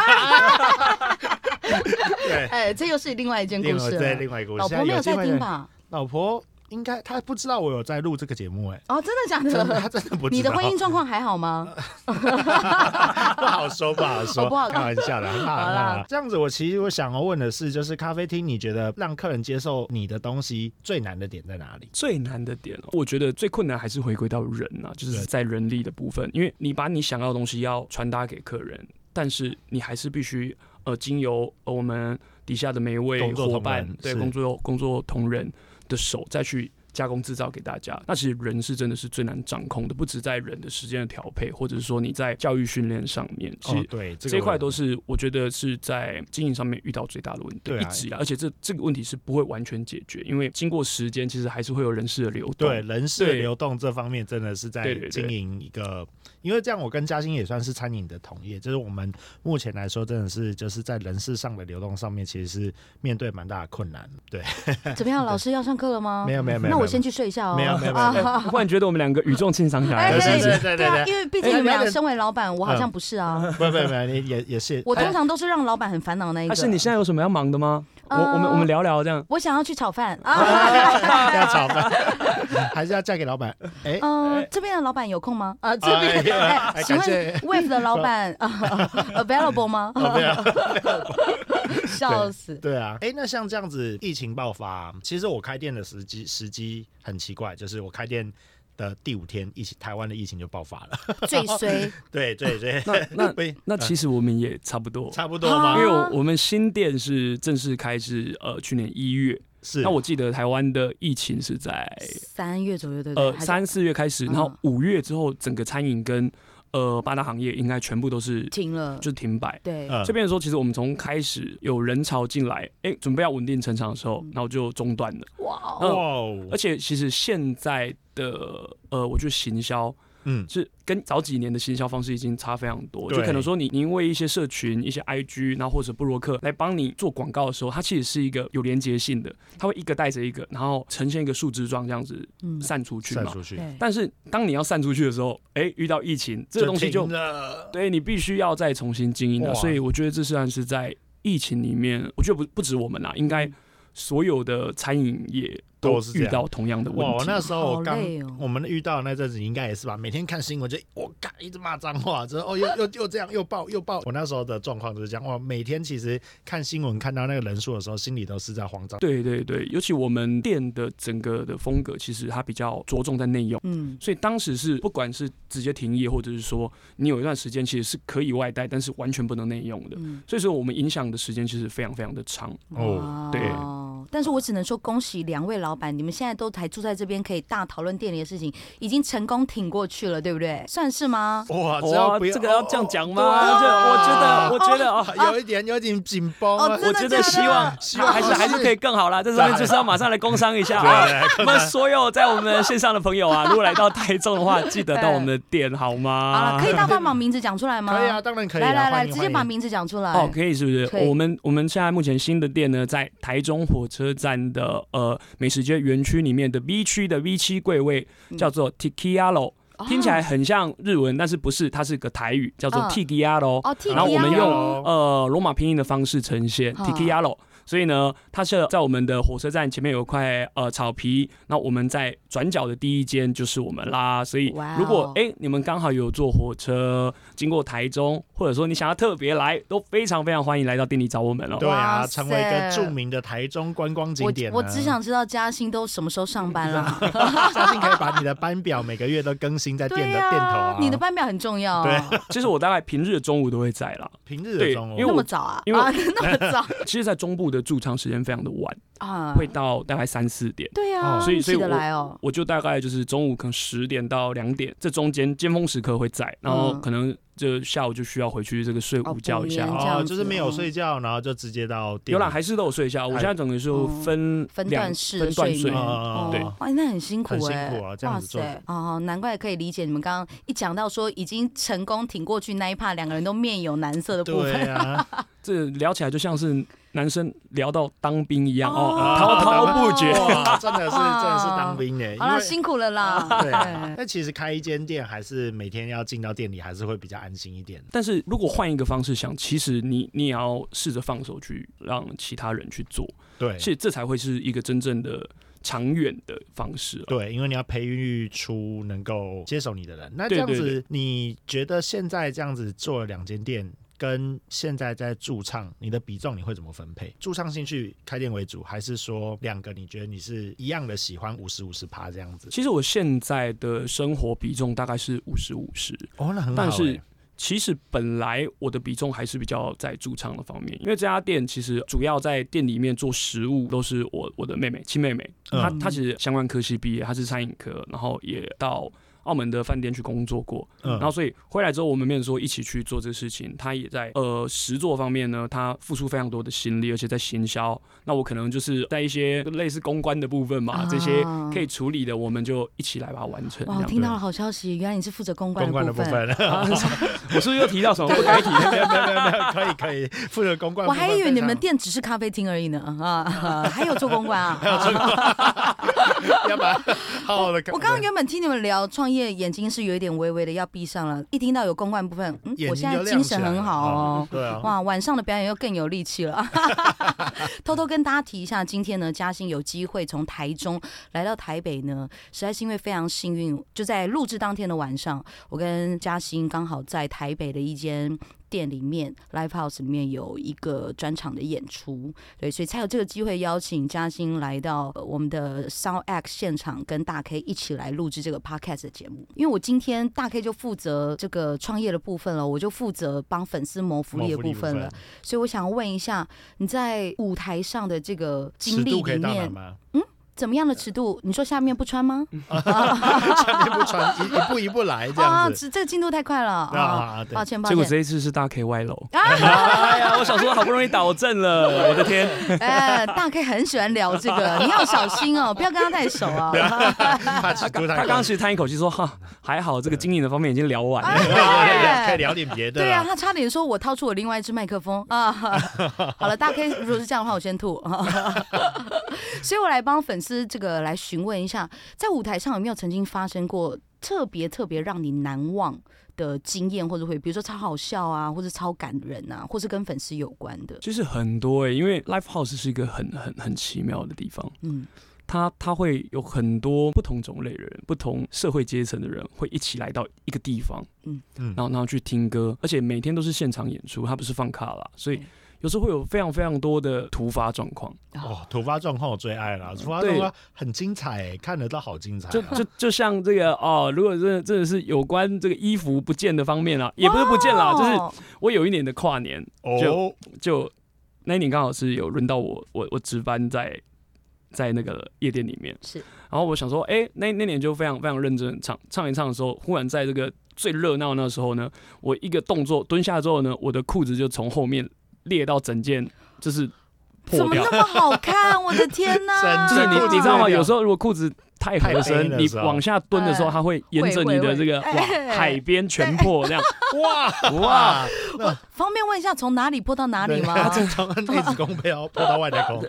Speaker 3: 对，
Speaker 1: 哎，这又是另外一件故
Speaker 3: 另外
Speaker 1: 事
Speaker 3: 对
Speaker 1: 了。
Speaker 3: 另外一个故事，哎
Speaker 1: 老婆没有在听？吧？
Speaker 3: 老婆应该她不知道我有在录这个节目， 哎，
Speaker 1: 哦，真的假
Speaker 3: 真的
Speaker 1: 的？
Speaker 3: 她真的不知道。
Speaker 1: 你的婚姻状况还好吗？
Speaker 3: 不好说，不好说，
Speaker 1: 哦不好说
Speaker 3: 开玩笑的，很好
Speaker 1: 好
Speaker 3: 很
Speaker 1: 啦
Speaker 3: 好啦。这样子，我其实我想要问的是，就是咖啡厅，你觉得让客人接受你的东西最难的点在哪里？
Speaker 2: 最难的点哦，我觉得最困难还是回归到人啊，就是在人力的部分，因为你把你想要的东西要传达给客人，但是你还是必须呃，经由呃我们底下的每一位
Speaker 3: 工作同
Speaker 2: 伙伴
Speaker 3: 仁，
Speaker 2: 对
Speaker 3: 是
Speaker 2: 工作工作同仁的手再去。加工制造给大家，那其实人是真的是最难掌控的，不止在人的时间的调配，或者是说你在教育训练上面，其实
Speaker 3: 哦，对，这个
Speaker 2: 这一块都
Speaker 3: 我
Speaker 2: 是我觉得是在经营上面遇到最大的问题，
Speaker 3: 对啊
Speaker 2: 一直以来，而且这这个问题是不会完全解决，因为经过时间，其实还是会有人事的流动。
Speaker 3: 对人事
Speaker 2: 对
Speaker 3: 流动这方面真的是在
Speaker 2: 对对对
Speaker 3: 经营一个，因为这样我跟嘉欣也算是餐饮的同业，就是我们目前来说真的是就是在人事上的流动上面，其实是面对蛮大的困难。对，
Speaker 1: 怎么样？老师要上课了吗？
Speaker 3: 没有没有没有，
Speaker 1: 哦那我 先去睡一下哦。
Speaker 3: 没有没有没有
Speaker 1: 啊
Speaker 3: 没有
Speaker 2: 哎，忽然觉得我们两个语重心长起来
Speaker 1: 哎
Speaker 2: 了，是
Speaker 1: 对
Speaker 2: 不是？
Speaker 3: 对对对
Speaker 1: 啊，
Speaker 3: 对
Speaker 1: 因为毕
Speaker 3: 哎
Speaker 1: 竟你们
Speaker 3: 那
Speaker 1: 俩
Speaker 3: 那
Speaker 1: 身为老板，我好
Speaker 3: 嗯
Speaker 1: 像不是啊。
Speaker 3: 不不不，你也也是哎
Speaker 1: 我通常都是让老板很烦恼那一个。
Speaker 2: 但是你现在有什么要忙的吗？我我们我们
Speaker 1: 聊，
Speaker 2: 聊聊这样，
Speaker 1: 我想要去炒饭 啊。
Speaker 3: 哎要炒饭，还是要嫁给老板？哎，
Speaker 1: 嗯，这边的老板有空吗？啊，这
Speaker 3: 哎
Speaker 1: 边，
Speaker 3: 呀
Speaker 1: 哎，请问
Speaker 3: 感谢
Speaker 1: Wave 的老 板啊 available 吗？
Speaker 3: 哦对啊，
Speaker 1: 笑死！
Speaker 3: 对啊，哎，那像这样子疫情爆发，其实我开店的时机时机很奇怪，就是我开店的第五天，疫情台湾的疫情就爆发了。
Speaker 1: 最衰，
Speaker 3: 对对对，
Speaker 2: 那
Speaker 3: 被
Speaker 2: 那其实我们也差不多，
Speaker 3: 差不多吗
Speaker 2: 因？为我我们新店是正式开始，呃，去年一月。
Speaker 3: 是，
Speaker 2: 那我记得台湾的疫情是在
Speaker 1: 三月左右对不对？
Speaker 2: 呃
Speaker 1: 还是
Speaker 2: 三四月开始，然后
Speaker 1: 嗯
Speaker 2: 五月之后，整个餐饮跟呃八大行业应该全部都是
Speaker 1: 停了，
Speaker 2: 就是停摆。
Speaker 1: 对，
Speaker 3: 呃
Speaker 2: 这边的时候，其实我们从开始有人潮进来，哎，准备要稳定成长的时候，然后就中断了。
Speaker 1: 哇，
Speaker 3: 哇
Speaker 2: 嗯
Speaker 3: 哦，
Speaker 2: 而且其实现在的呃，我觉得行销
Speaker 3: 嗯
Speaker 2: 是跟早几年的行销方式已经差非常多，就
Speaker 3: 对
Speaker 2: 可能说你你因为一些社群、一些 IG，然后或者布洛克来帮你做广告的时候，它其实是一个有连接性的，它会一个带着一个，然后呈现一个树枝状这样子
Speaker 1: 嗯，
Speaker 2: 散出去
Speaker 3: 散
Speaker 2: 嘛。
Speaker 3: 出去，
Speaker 1: 对，
Speaker 2: 但是当你要散出去的时候，哎、遇到疫情，这个东西就
Speaker 3: 停了
Speaker 2: 对你必须要再重新经营的，
Speaker 3: 哇
Speaker 2: 所以我觉得这实际上是在疫情里面，我觉得不不止我们啦，应该所有的餐饮业
Speaker 3: 嗯都是这
Speaker 2: 遇
Speaker 3: 样
Speaker 2: 到同样的问
Speaker 3: 哇！我
Speaker 2: 题。
Speaker 3: 那时候
Speaker 1: 好
Speaker 3: 我刚
Speaker 1: 累哦
Speaker 3: 我们遇到那阵子应该也是吧，每天看新闻就我干一直骂脏话，之后哦又又 又这样又爆又爆。我那时候的状况就是这样，哇！每天其实看新闻看到那个人数的时候，心里都是在慌张。
Speaker 2: 对对对，尤其我们店的整个的风格，其实它比较着重在内用，
Speaker 1: 嗯，
Speaker 2: 所以当时是不管是直接停业，或者是说你有一段时间其实是可以外带，但是完全不能内用的。
Speaker 1: 嗯
Speaker 2: 所以说我们影响的时间其实非常非常的长。
Speaker 3: 哦
Speaker 1: 哇
Speaker 2: 对
Speaker 1: 但是我只能说恭喜两位老板，你们现在都还住在这边，可以大讨论店里的事情，已经成功挺过去了，对不对？算是吗？
Speaker 3: 哇！只
Speaker 2: 哇，
Speaker 3: 啊要不
Speaker 2: 这个要这样
Speaker 3: 哦
Speaker 2: 讲吗？
Speaker 1: 对
Speaker 2: 这我觉得，我觉得啊，
Speaker 3: 哦有一点有一点紧绷啊
Speaker 1: 哦真的
Speaker 2: 我觉得希望
Speaker 3: 希望
Speaker 2: 还是还是可以更好啦。这上面就是要马上来工商一下
Speaker 3: 对
Speaker 2: 啊！ 我们所有在我们线上的朋友啊，如果来到台中的话，记得到我们的店好
Speaker 1: 好了，
Speaker 2: 吗
Speaker 1: 可？以大方把名字讲出来吗？
Speaker 3: 啊可以啊，，当然可以啊。
Speaker 1: 来来
Speaker 3: 欢
Speaker 1: 来，
Speaker 3: 迎
Speaker 1: 直接把
Speaker 3: 欢迎
Speaker 1: 名字讲出来。
Speaker 2: 哦，可以是不是
Speaker 1: 可？以
Speaker 2: 我们我们现在目前新的店呢，在台中火车站的呃美食街园区里面的 V 区的 V 七柜位，叫做 Tikialo，
Speaker 1: 嗯哦
Speaker 2: 听起来很像日文，但是不是，它是个台语，叫做
Speaker 1: 嗯
Speaker 2: Tikialo。
Speaker 1: 哦，替
Speaker 2: 然后我们
Speaker 1: 你啊
Speaker 2: 用
Speaker 1: 哦
Speaker 2: 呃罗马拼音的方式呈现
Speaker 1: 啊
Speaker 2: Tikialo。所以呢，它是在我们的火车站前面有一块呃草皮，那我们在转角的第一间就是我们啦。所以
Speaker 1: 哇哦
Speaker 2: 如果哎、你们刚好有坐火车经过台中，或者说你想要特别来，都非常非常欢迎来到店里找我们哦。
Speaker 3: 对啊，
Speaker 1: 哇塞
Speaker 3: 成为一个著名的台中观光景
Speaker 1: 我
Speaker 3: 点啊。
Speaker 1: 我只想知道嘉兴都什么时候上班 啦？
Speaker 3: 相信可以把你的班表每个月都更新在店
Speaker 1: 对
Speaker 3: 的店头
Speaker 1: 呀
Speaker 3: 啊，。
Speaker 1: 你的班表很重要。哦
Speaker 3: 对，
Speaker 2: 其实我大概平日的中午都会在啦。
Speaker 3: 平日的
Speaker 2: 对
Speaker 3: 中午
Speaker 2: 因 为
Speaker 1: 那
Speaker 2: 我
Speaker 1: 么早啊？
Speaker 2: 因为我
Speaker 1: 啊， 那么 早
Speaker 2: 其实，在中部的驻唱时间非常的晚，
Speaker 1: 啊？
Speaker 2: 会到大概三四点。
Speaker 1: 对啊，
Speaker 3: 哦
Speaker 2: 所以所以
Speaker 1: 起得
Speaker 2: 我
Speaker 1: 来哦。
Speaker 2: 我就大概就是中午可能十点到两点，这中间尖峰时刻会在，然后
Speaker 1: 嗯
Speaker 2: 可能就下午就需要回去这个睡午觉一下。
Speaker 1: 哦补眠这样
Speaker 3: 哦，
Speaker 1: 子
Speaker 3: 就是没有睡觉，然后就直接到店
Speaker 2: 有啦，
Speaker 3: 里
Speaker 2: 还是都有睡一下。我现在整个是
Speaker 1: 嗯
Speaker 2: 分
Speaker 1: 分
Speaker 2: 两
Speaker 1: 段式的
Speaker 2: 分段
Speaker 1: 睡
Speaker 2: 睡
Speaker 1: 眠。
Speaker 3: 哦
Speaker 2: 对
Speaker 1: 哦，哇，那很辛苦
Speaker 3: 很辛
Speaker 1: 哎、
Speaker 3: 苦啊这样子做
Speaker 1: 哇塞，哦，难怪可以理解你们刚刚一讲到说已经成功挺过去那一趴，两个人都面有难色的部分。
Speaker 3: 对 啊，
Speaker 2: 这聊起来就像是男生聊到当兵一样
Speaker 1: 哦
Speaker 2: 哦，滔滔不绝。
Speaker 3: 哇，真的是真的是当兵耶，因
Speaker 1: 好啦，
Speaker 3: 为。
Speaker 1: 辛苦了啦。
Speaker 3: 对啊，那其实开一间店还是每天要进到店里，还是会比较安心一点。
Speaker 2: 但是如果换一个方式想，其实你你也要试着放手去让其他人去做，
Speaker 3: 对，
Speaker 2: 其实这才会是一个真正的长远的方式啊。
Speaker 3: 对，因为你要培育出能够接手你的人。那这样子，
Speaker 2: 对对
Speaker 3: 你觉得现在这样子做了两间店，跟现在在驻唱，你的比重你会怎么分配？驻唱兴趣开店为主，还是说两个你觉得你是一样的喜欢五十五十趴这样子？
Speaker 2: 其实我现在的生活比重大概是五十五十，
Speaker 3: 哦，那很好、欸。
Speaker 2: 但是其实本来我的比重还是比较在驻唱的方面，因为这家店其实主要在店里面做食物都是我我的妹妹亲妹妹，
Speaker 3: 嗯
Speaker 2: 她她其实相关科系毕业，她是餐饮科，然后也到澳门的饭店去工作过，
Speaker 3: 嗯
Speaker 2: 然后所以回来之后我们面说一起去做这事情，她也在呃实作方面呢，她付出非常多的心力，而且在行销，那我可能就是在一些类似公关的部分嘛，这些
Speaker 1: 啊
Speaker 2: 可以处理的，我们就一起来把它完成。这
Speaker 1: 哇，
Speaker 2: 样
Speaker 1: 听到了好消息，原来你是负责公关
Speaker 3: 公关
Speaker 1: 的
Speaker 3: 的部
Speaker 1: 部分。
Speaker 3: 分，
Speaker 2: 啊 我是不是又提到 什么不 该提？
Speaker 3: 没有没有没有没有， 可以可以，负责公关的
Speaker 1: 我
Speaker 3: 部分非
Speaker 1: 还
Speaker 3: 常。
Speaker 1: 以为你们店只是咖啡厅而已呢啊，还有做公关啊，还有做公关，
Speaker 3: 要把 它好好的看。
Speaker 1: 我刚刚原本听你们聊创业，眼睛是有一点微微的要闭上了，一听到有公关部分，嗯，
Speaker 3: 眼
Speaker 1: 我
Speaker 3: 睛
Speaker 1: 现
Speaker 3: 就
Speaker 1: 在
Speaker 3: 亮
Speaker 1: 精
Speaker 3: 起
Speaker 1: 神
Speaker 3: 来
Speaker 1: 很
Speaker 3: 了
Speaker 1: 好哦。
Speaker 3: 嗯对啊，
Speaker 1: 哇，晚上的表演又更有力气 了。偷偷跟大家提一下，今天呢，嘉欣有机会从台中来到台北呢，实在是因为非常幸运，就在录制当天的晚上，我跟嘉欣刚好在台北的一间。店里面，Live House 里面有一个专场的演出，对，所以才有这个机会邀请嘉欣来到呃我们的 Sound X 现场，跟大 K 一起来录制这个 Podcast 的节目。因为我今天大 K 就负责这个创业的部分了，我就负责帮粉丝谋福利的部分了。啊所以我想问一下，你在舞台上的这个
Speaker 3: 尺
Speaker 1: 经
Speaker 3: 度
Speaker 1: 历
Speaker 3: 可以
Speaker 1: 里
Speaker 3: 到哪
Speaker 1: 面，
Speaker 3: 吗？
Speaker 1: 怎么样的尺度？你说下面不穿吗？
Speaker 3: 下面不穿，一一步一步来这样子。
Speaker 1: 这这个进度太快了啊！
Speaker 3: 啊啊，对
Speaker 1: 抱，歉，抱
Speaker 2: 结果
Speaker 1: 歉。
Speaker 2: 这一次是大 K 歪楼。
Speaker 1: 啊，
Speaker 2: 哎呀，我想说好不容易导正 了，我的天！
Speaker 1: 哎，大 K 很喜欢聊这 个，你要小心哦，不要跟他太熟啊。
Speaker 3: 怕尺度
Speaker 2: 他
Speaker 3: 太
Speaker 2: 刚
Speaker 3: 高
Speaker 2: 刚。其实叹一口气说：“哈，还好这个经营的方面已经聊完了。
Speaker 1: 哎
Speaker 3: 可以聊点别的
Speaker 1: 对啊，
Speaker 3: 啦。
Speaker 1: 他差点说我掏出我另外一支麦克风啊。 好了，大 K 如果是这样的话，我先吐。 所以我来帮粉丝这个来询问一下，在舞台上有没有曾经发生过特别特别让你难忘的经验或者会，比如说超好笑啊，或者超感人啊，或是跟粉丝有关的”？
Speaker 2: 就是很多哎、因为 Live House 是一个很很很奇妙的地方，
Speaker 1: 嗯，
Speaker 2: 它它会有很多不同种类的人、不同社会阶层的人会一起来到一个地方，
Speaker 3: 嗯
Speaker 2: 然后然后去听歌，而且每天都是现场演出，它不是放卡啦，所以
Speaker 1: 对
Speaker 2: 有时候会有非常非常多的突发状况。
Speaker 3: 哦，突发状况我最爱了，突发状况很精彩欸，看得到好精彩啊。
Speaker 2: 嗯 就就就像这个哦，如果真的真的是有关这个衣服不见的方面啊，也不是不见啦，就是
Speaker 1: 哦
Speaker 2: 我有一年的跨年，
Speaker 3: 哦
Speaker 2: 就，就那一年刚好是有轮到我，我我值班在在那个夜店里面，
Speaker 1: 是
Speaker 2: 然后我想说，哎、那那年就非常非常认真地唱唱一唱的时候，忽然在这个最热闹的那时候呢，我一个动作蹲下之后呢，我的裤子就从后面裂到整件就是
Speaker 1: 怎
Speaker 2: 破
Speaker 1: 么
Speaker 2: 掉
Speaker 1: 那，么好看？我的天哪！
Speaker 2: 就是
Speaker 3: 整
Speaker 2: 你
Speaker 3: 个裤子
Speaker 2: 你知道
Speaker 3: 裂
Speaker 2: 吗？
Speaker 3: 掉
Speaker 2: 有时候如果裤子太合
Speaker 3: 太背
Speaker 2: 身，
Speaker 3: 的
Speaker 2: 你
Speaker 3: 时候
Speaker 2: 往下蹲的时候，
Speaker 1: 哎
Speaker 2: 它会沿着
Speaker 1: 会
Speaker 2: 你的
Speaker 1: 会
Speaker 2: 这个
Speaker 1: 会
Speaker 2: 哇
Speaker 1: 哎
Speaker 2: 海边全破这样，
Speaker 3: 哎哇
Speaker 2: 哇！
Speaker 1: 方便问一下从哪里播到哪里吗？
Speaker 3: 正常内 子宫被要破到外太空，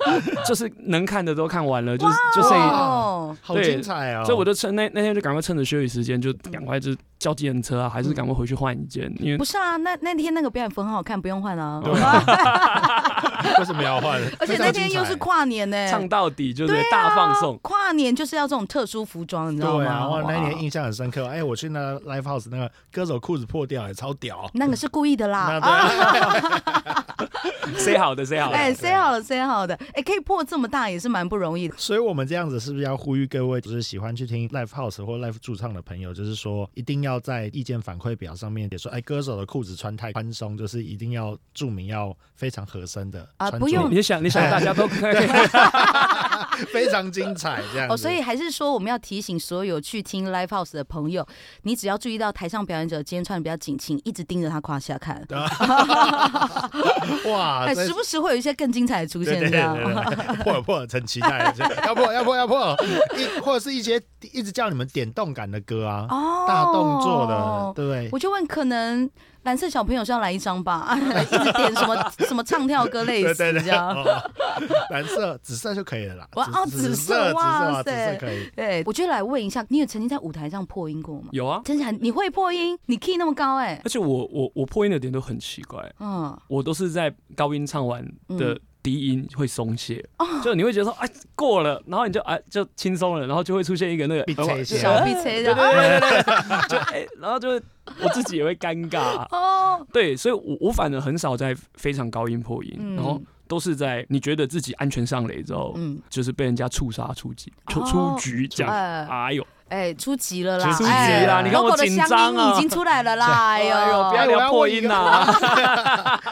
Speaker 2: 就是能看的都看完了，就是就剩一
Speaker 3: 哇
Speaker 1: 哦，
Speaker 3: 好精彩哦！
Speaker 2: 所以我就趁那那天就赶快趁着休息时间，就赶快就叫计程车啊，还是赶快回去换一件，因为
Speaker 1: 嗯不是啊，那那天那个表演服很好看，不用换啊。
Speaker 3: 对为什么要换？
Speaker 1: 而且那天又是跨年呢、
Speaker 2: 唱到底就是
Speaker 1: 欸对啊
Speaker 2: 大放送。
Speaker 1: 跨年就是要这种特殊服装，你知道
Speaker 3: 对啊，
Speaker 1: 吗？
Speaker 3: 哇，
Speaker 1: 哇
Speaker 3: 那一年印象很深刻。哎，我去那 live house 那个歌手裤子破掉，也超屌。
Speaker 1: 那个是故意的啦。
Speaker 3: 那
Speaker 1: 啊
Speaker 3: 对，
Speaker 2: 塞好的塞好的，
Speaker 3: 啊
Speaker 1: 哎，塞好了，塞好的，哎，可以破这么大也是蛮不容易的。
Speaker 3: 所以我们这样子是不是要呼吁各位，就是喜欢去听 live house 或 live 驻唱的朋友，就是说一定要在意见反馈表上面也说，哎，歌手的裤子穿太宽松，就是一定要注明要非常合身的
Speaker 1: 啊
Speaker 3: 穿着
Speaker 1: 不用
Speaker 2: 你你想你想大家都可以，
Speaker 3: 哎非常精彩这样子。
Speaker 1: 哦，所以还是说我们要提醒所有去听 live house 的朋友，你只要注意到台上表演者今天穿的比较紧亲，一直盯着他胯下看，
Speaker 3: 哇，
Speaker 1: 哎，
Speaker 3: 真
Speaker 1: 时不时会有一些更精彩的出
Speaker 3: 对
Speaker 1: 现，
Speaker 3: 啊对
Speaker 1: 这
Speaker 3: 对
Speaker 1: 样。
Speaker 3: 对对，破了破了，很期待，就要破要破要破，一或者是一些一直叫你们点动感的歌啊，
Speaker 1: 哦
Speaker 3: 大动作的，对不
Speaker 2: 哎
Speaker 3: 对？
Speaker 1: 我就问，可能蓝色小朋友是要来一张吧？ 一直点什么 什么唱跳歌类
Speaker 3: 对
Speaker 1: 似
Speaker 3: 对
Speaker 1: 这
Speaker 3: 对，
Speaker 1: 样。
Speaker 3: 哦蓝色、紫色就可以了啦。
Speaker 1: 哇哦
Speaker 3: 紫
Speaker 1: 紫色
Speaker 3: 色、紫色啊、
Speaker 1: 哇
Speaker 3: 紫
Speaker 1: 塞
Speaker 3: 色可以。
Speaker 1: 对，我就来问一下，你有曾经在舞台上破音过吗？
Speaker 2: 有啊。
Speaker 1: 真假的？你会破音？你 key 那么高哎、
Speaker 2: 而且我我我破音的点都很奇怪，
Speaker 1: 嗯，
Speaker 2: 我都是在高音唱完的
Speaker 1: 嗯
Speaker 2: 低音会松懈，就你会觉得说哎过了，然后你就哎就轻松了，然后就会出现一个那个
Speaker 3: 闭嘴一
Speaker 2: 就
Speaker 3: 下
Speaker 1: 小臂吹的啊
Speaker 2: 对对对对，就哎、然后就我自己也会尴尬，
Speaker 1: 哦，
Speaker 2: 对，所以我我反而很少在非常高音破音，
Speaker 1: 嗯
Speaker 2: 然后都是在你觉得自己安全上垒之后，
Speaker 1: 嗯，
Speaker 2: 就是被人家触杀出局，出
Speaker 1: 哦
Speaker 2: 出局这样，
Speaker 1: 哎
Speaker 2: 哎呦，
Speaker 1: 哎，出级了啦，
Speaker 3: 出级
Speaker 1: 哎
Speaker 3: 啦你
Speaker 2: 看我
Speaker 1: logo 的
Speaker 2: 紧
Speaker 1: 乡
Speaker 2: 张啊
Speaker 1: 音已经出来了啦，哎
Speaker 2: 哎呦，不要
Speaker 1: 呦，
Speaker 2: 聊破音啊 呐、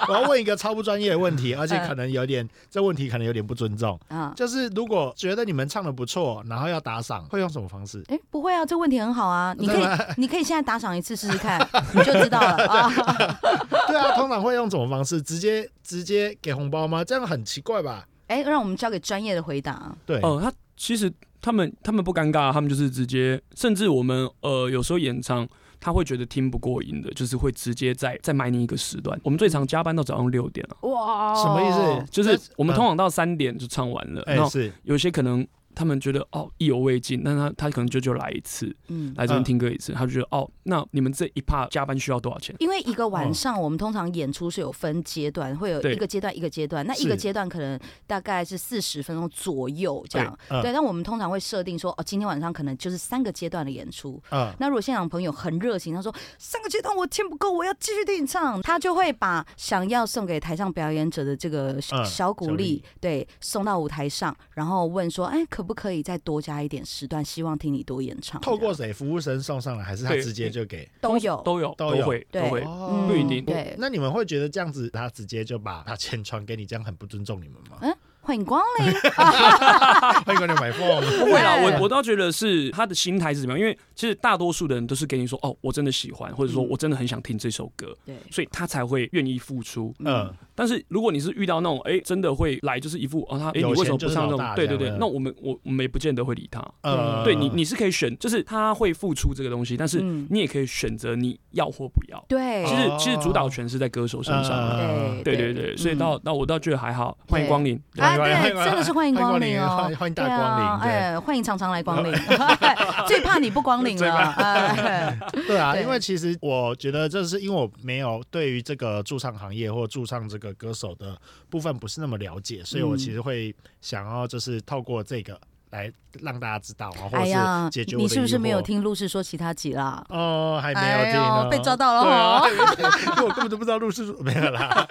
Speaker 3: 我要问一个超不专业的问题，而且
Speaker 1: 嗯
Speaker 3: 可能有点，这问题可能有点不尊 重。
Speaker 1: 啊，
Speaker 3: 就是如果觉得你们唱的不错，然后要打赏，会用什么方式？
Speaker 1: 哎，不会啊，这问题很好 啊，你可以，你可以现在打赏一次试试看，你就知道 了啊。
Speaker 3: 对 啊，通常会用什么方式？直接直接给红包吗？这样很奇怪吧？
Speaker 1: 哎，让我们交给专业的回答。
Speaker 3: 对，
Speaker 2: 哦，他其实他们他们不尴尬，他们就是直接，甚至我们呃有时候演唱。他会觉得听不过瘾的，就是会直接再再买你一个时段。我们最常加班到早上六点啊，
Speaker 1: 哇，
Speaker 3: 什么意思？
Speaker 2: 哦就是我们
Speaker 3: 嗯
Speaker 2: 通常到三点就唱完了，
Speaker 3: 哎
Speaker 2: 然后
Speaker 3: 是
Speaker 2: 有些可能他们觉得哦意犹未尽，那他他可能就就来一次，
Speaker 1: 嗯，
Speaker 2: 来这边
Speaker 3: 嗯
Speaker 2: 听歌一次，他就觉得哦，那你们这一趴加班需要多少钱？
Speaker 1: 因为一个晚上，我们通常演出是有分阶段，会有
Speaker 2: 对
Speaker 1: 一个阶段一个阶段，那
Speaker 2: 是
Speaker 1: 一个阶段可能大概是四十分钟左右这样。
Speaker 3: 对嗯
Speaker 1: 对，但我们通常会设定说，哦，今天晚上可能就是三个阶段的演出。
Speaker 3: 嗯，
Speaker 1: 那如果现场朋友很热情，他说三个阶段我听不够，我要继续听你
Speaker 3: 嗯
Speaker 1: 唱，他就会把想要送给台上表演者的这个小
Speaker 3: 嗯
Speaker 1: 小鼓
Speaker 3: 小
Speaker 1: 励
Speaker 3: 励，
Speaker 1: 对，送到舞台上，然后问说，哎，可不可以再多加一点时段？希望听你多演唱。
Speaker 3: 透过
Speaker 1: 这样
Speaker 3: 谁？服务生送上来，还是他
Speaker 2: 对
Speaker 3: 直接就给？
Speaker 1: 都有，
Speaker 2: 都有
Speaker 3: 都有
Speaker 2: 会
Speaker 1: 对
Speaker 2: 都会，
Speaker 3: 哦
Speaker 2: 不一定
Speaker 1: 对，
Speaker 3: 那你们会觉得这样子，他直接就把把钱传给你，这样很不尊重你们 吗？
Speaker 1: 欢迎光 临。
Speaker 3: 欢迎光临买
Speaker 2: 不
Speaker 3: phone。
Speaker 2: 会啦，
Speaker 1: 对
Speaker 2: 我我倒觉得是他的心态是怎么样，因为其实大多数的人都是给你说哦，我真的喜欢，或者说
Speaker 1: 嗯
Speaker 2: 我真的很想听这首歌，
Speaker 1: 对，
Speaker 2: 所以他才会愿意付出。
Speaker 3: 嗯，
Speaker 2: 但是如果你是遇到那种哎、真的会来就是一副哦他哎、
Speaker 3: 有
Speaker 2: 你为什么
Speaker 3: 钱
Speaker 2: 不
Speaker 3: 就是
Speaker 2: 上这
Speaker 3: 老
Speaker 2: 种
Speaker 3: 大
Speaker 2: 对
Speaker 3: 这
Speaker 2: 对
Speaker 3: 样
Speaker 2: 对，
Speaker 3: 的
Speaker 2: 那我们我我们也不见得会理他。
Speaker 3: 呃，
Speaker 2: 对你你是可以选，就是他会付出这个东西，但是
Speaker 1: 嗯
Speaker 2: 你也可以选择你要或不要。
Speaker 1: 对，
Speaker 2: 其实其实主导权是在歌手身上啊。
Speaker 3: 呃
Speaker 2: 对对对，所以到到我倒觉得还好，欢迎光临。
Speaker 3: 对
Speaker 1: 嗯啊，
Speaker 3: 嗯欢迎
Speaker 1: 对，
Speaker 3: 光临
Speaker 1: 真的是欢迎光临哦
Speaker 3: 欢迎光临欢迎，欢迎
Speaker 1: 对
Speaker 3: 大
Speaker 1: 啊
Speaker 3: 光，临对呃
Speaker 1: 哎，欢迎常常来光临， 最怕你不光临啊了，哎，
Speaker 3: 对啊，
Speaker 1: 对
Speaker 3: 因为其实我觉得这是因为我没有对于这个驻唱行业或驻唱这个歌手的部分不是那么了解，所以我其实会想要就是透过这个来让大家知道，然后或
Speaker 1: 哎呀
Speaker 3: 是解，决我的疑惑。
Speaker 1: 你是不是没有听陆氏说其他集啦？
Speaker 3: 哦，还没有听
Speaker 1: 哎
Speaker 3: 哦、
Speaker 1: 呦被抓到了
Speaker 3: 对啊
Speaker 1: 哦，
Speaker 3: 因为我根本都不知道录是没有啦。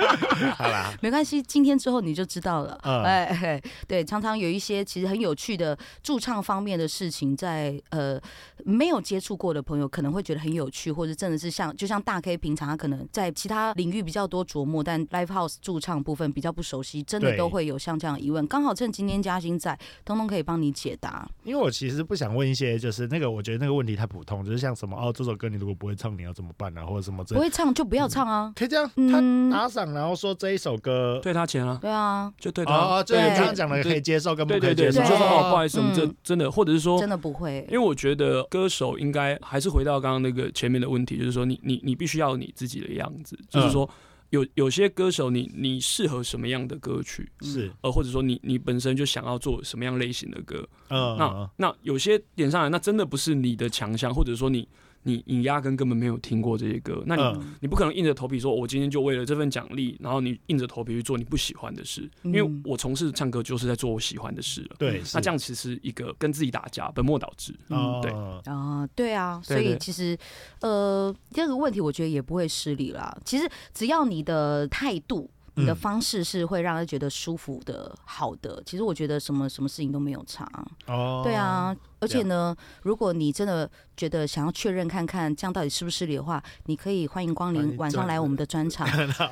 Speaker 3: 好啦，
Speaker 1: 没关系，今天之后你就知道了。
Speaker 3: 嗯
Speaker 1: 哎、哎 对，常常有一些其实很有趣的驻唱方面的事情在，呃没有接触过的朋友可能会觉得很有趣，或者真的是像就像大 K 平常他可能在其他领域比较多琢磨，但 live house 驻唱部分比较不熟悉，真的
Speaker 3: 对
Speaker 1: 都会有像这样的疑问。刚好趁今天嘉欣在，东东可以帮你解答。
Speaker 3: 因为我其实不想问一些，就是那个我觉得那个问题太普通，就是像什么哦，这首歌你如果不会唱，你要怎么办啊，或者什么之
Speaker 1: 不
Speaker 3: 类的。
Speaker 1: 会唱就不要唱啊，
Speaker 3: 可以这样，他
Speaker 1: 嗯
Speaker 3: 打赏，然后说这一首歌
Speaker 2: 对他钱啊，
Speaker 1: 对啊，
Speaker 2: 就对他。
Speaker 3: 哦，就是
Speaker 1: 对
Speaker 3: 你刚刚讲的可以接受跟不
Speaker 2: 对
Speaker 3: 可
Speaker 2: 对
Speaker 3: 以
Speaker 2: 对，
Speaker 3: 接
Speaker 2: 你
Speaker 3: 受
Speaker 2: 就。说
Speaker 1: 对
Speaker 2: 哦，不好意思，我们这
Speaker 1: 嗯
Speaker 2: 真的，或者是说
Speaker 1: 真，的不会
Speaker 2: 因。为我觉得歌手应该还是回到刚刚那个前面的问题，就是说你你你必须要有你自己的样子，
Speaker 3: 嗯
Speaker 2: 就是说有有些歌手你你适合什么样的歌曲，
Speaker 3: 哦是，
Speaker 2: 呃，或者说你你本身就想要做什么样类型的歌，
Speaker 3: 嗯，
Speaker 2: 那那有些点上来，那真的不是你的强项，或者说你你你压根根本没有听过这些歌，那你、
Speaker 3: 嗯
Speaker 2: 你不可能硬着头皮说，我今天就为了这份奖励，然后你硬着头皮去做你不喜欢的事，
Speaker 1: 嗯
Speaker 2: 因为我从事唱歌就是在做我喜欢的事了。
Speaker 3: 对，
Speaker 2: 那这样其实一个跟自己打架，本末倒置。
Speaker 1: 嗯
Speaker 2: 对
Speaker 3: 对，
Speaker 1: 啊、对啊，所
Speaker 2: 对
Speaker 1: 以
Speaker 2: 对
Speaker 1: 其实，呃，这个问题我觉得也不会失礼啦。其实只要你的态度、你的
Speaker 3: 嗯
Speaker 1: 方式是会让人觉得舒服的、好的，其实我觉得什么什么事情都没有差。
Speaker 3: 哦，
Speaker 1: 对，啊，而且呢，如果你真的觉得想要确认看看这样到底是不是你的话，你可以欢迎光
Speaker 3: 欢
Speaker 1: 临
Speaker 3: 迎
Speaker 1: 晚上
Speaker 3: 转
Speaker 1: 来我们的专场，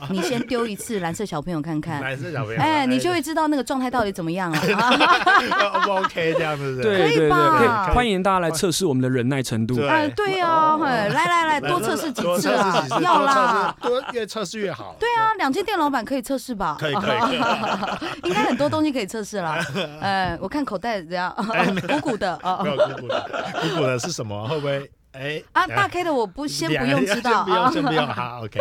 Speaker 1: 你先丢一次蓝色小朋友看看。
Speaker 3: 男生小朋友，
Speaker 1: 哎，你就会知道那个状态到底怎么样了、啊
Speaker 3: O 哦不 OK 这样子，
Speaker 2: 对
Speaker 1: 可以
Speaker 2: 对对，
Speaker 1: 吧
Speaker 2: 可以欢迎大家来测试我们的忍耐程度。
Speaker 3: 对哦
Speaker 1: 哎，对呀、啊，来来来，多测试几
Speaker 3: 多
Speaker 1: 次
Speaker 3: 测
Speaker 1: 啦
Speaker 3: 试几，次
Speaker 1: 要
Speaker 3: 多
Speaker 1: 啦。
Speaker 3: 测试多越测试越好。对
Speaker 1: 对啊，两间店老板可以测试吧？
Speaker 3: 可以可以可以
Speaker 1: 应该很多东西可以测试 啦。呃，我看口袋怎样，鼓鼓的
Speaker 3: 哎没
Speaker 1: 哦。
Speaker 3: 有姑姑的，姑姑的是什么？会不会？哎，
Speaker 1: 啊，
Speaker 3: 哎
Speaker 1: 大 K 的我不先不用 知道 啊。
Speaker 3: 先不用，先不用，好，OK，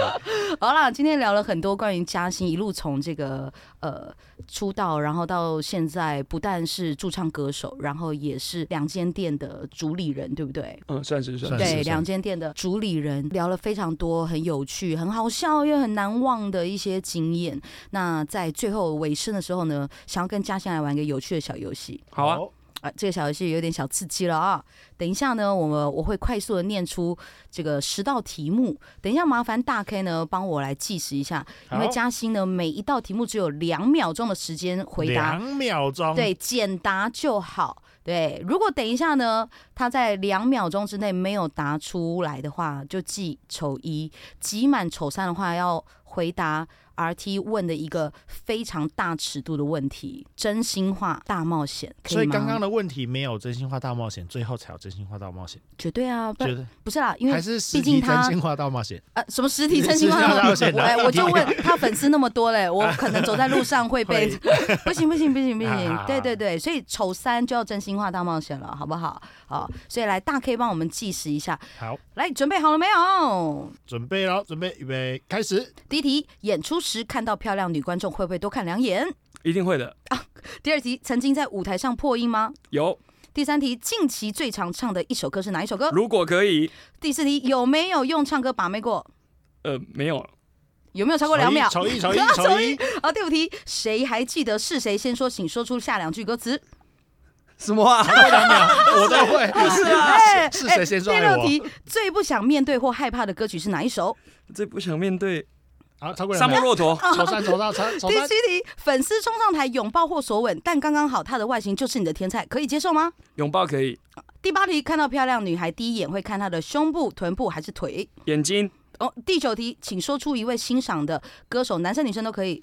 Speaker 1: 好啦，今天聊了很多关于嘉欣一路从这个呃出道，然后到现在，不但是驻唱歌手，然后也是两间店的主理人，对不对？
Speaker 2: 嗯，算是算
Speaker 3: 算
Speaker 2: 是。
Speaker 3: 是
Speaker 1: 对，
Speaker 3: 是
Speaker 1: 两间店的主理人聊了非常多很有趣、很好笑又很难忘的一些经验。那在最后尾声的时候呢，想要跟嘉欣来玩一个有趣的小游戏
Speaker 2: 好啊，
Speaker 1: 啊，这个小游戏有点小刺激了啊。等一下呢，我们我会快速的念出这个十道题目。等一下，麻烦大 K 呢帮我来计时一下，
Speaker 3: 好，
Speaker 1: 因为嘉欣呢每一道题目只有两秒钟的时间回答。
Speaker 3: 两秒钟，
Speaker 1: 对，简答就好。对，如果等一下呢，他在两秒钟之内没有答出来的话，就记丑一；集满丑三的话，要回答 RT 问的一个非常大尺度的问题——真心话大冒险，可
Speaker 3: 所以
Speaker 1: 吗？
Speaker 3: 刚刚的问题没有真心话大冒险，最后才有真心话大冒险，
Speaker 1: 绝对啊，不
Speaker 3: 觉得
Speaker 1: 不是啦，因
Speaker 3: 还
Speaker 1: 为
Speaker 3: 是实
Speaker 1: 毕竟
Speaker 3: 体
Speaker 1: 他
Speaker 3: 真心话大冒险？
Speaker 1: 呃，什么实体真心话大冒
Speaker 3: 实体真心话大冒险
Speaker 1: 我哎我就问他粉丝那么多嘞，我可能走在路上会被 不行不行不行不行，对对对，所以丑三就要真心话大冒险了，好不好？好，所以来大 K 帮我们计时一下，
Speaker 3: 好，
Speaker 1: 来准备好了没有？
Speaker 3: 准备喽，准备，预备，开始。
Speaker 1: 第一题，演出时看到漂亮女观众会不会多看两眼？
Speaker 2: 一定会的。
Speaker 1: 第二题，曾经在舞台上破音吗？
Speaker 2: 有，
Speaker 1: 第三题，近期最常唱的一首歌是哪一首歌？
Speaker 2: 如果可以，
Speaker 1: 第四题，有没有用唱歌把妹过？
Speaker 2: 呃，没有，
Speaker 1: 有没有超过两秒？
Speaker 3: 丑 一丑一
Speaker 1: 丑
Speaker 3: 丑一，
Speaker 1: 好，第五题，谁还记得是谁先说？请说出下两句歌词。
Speaker 2: 什么啊？
Speaker 3: 我都会。是
Speaker 1: 哎
Speaker 3: 是谁先说
Speaker 1: 哎第
Speaker 3: 爱
Speaker 1: 六
Speaker 3: 我？
Speaker 1: 题，最不想面对或害怕的歌曲是哪一首？
Speaker 2: 这不想面对
Speaker 3: 好，超过
Speaker 2: 沙
Speaker 3: 两
Speaker 2: 漠
Speaker 3: 秒。
Speaker 2: 骆驼，
Speaker 3: 丑三丑到丑丑
Speaker 1: 第
Speaker 3: 三
Speaker 1: 七，题，粉丝冲上台拥抱或索吻，但刚刚好，他的外形就是你的天菜，可以接受吗？
Speaker 2: 拥抱可以，
Speaker 1: 第八题，看到漂亮女孩，第一眼会看她的胸部、臀部还是腿？
Speaker 2: 眼睛，
Speaker 1: 哦，第九题，请说出一位欣赏的歌手，男生女生都可以。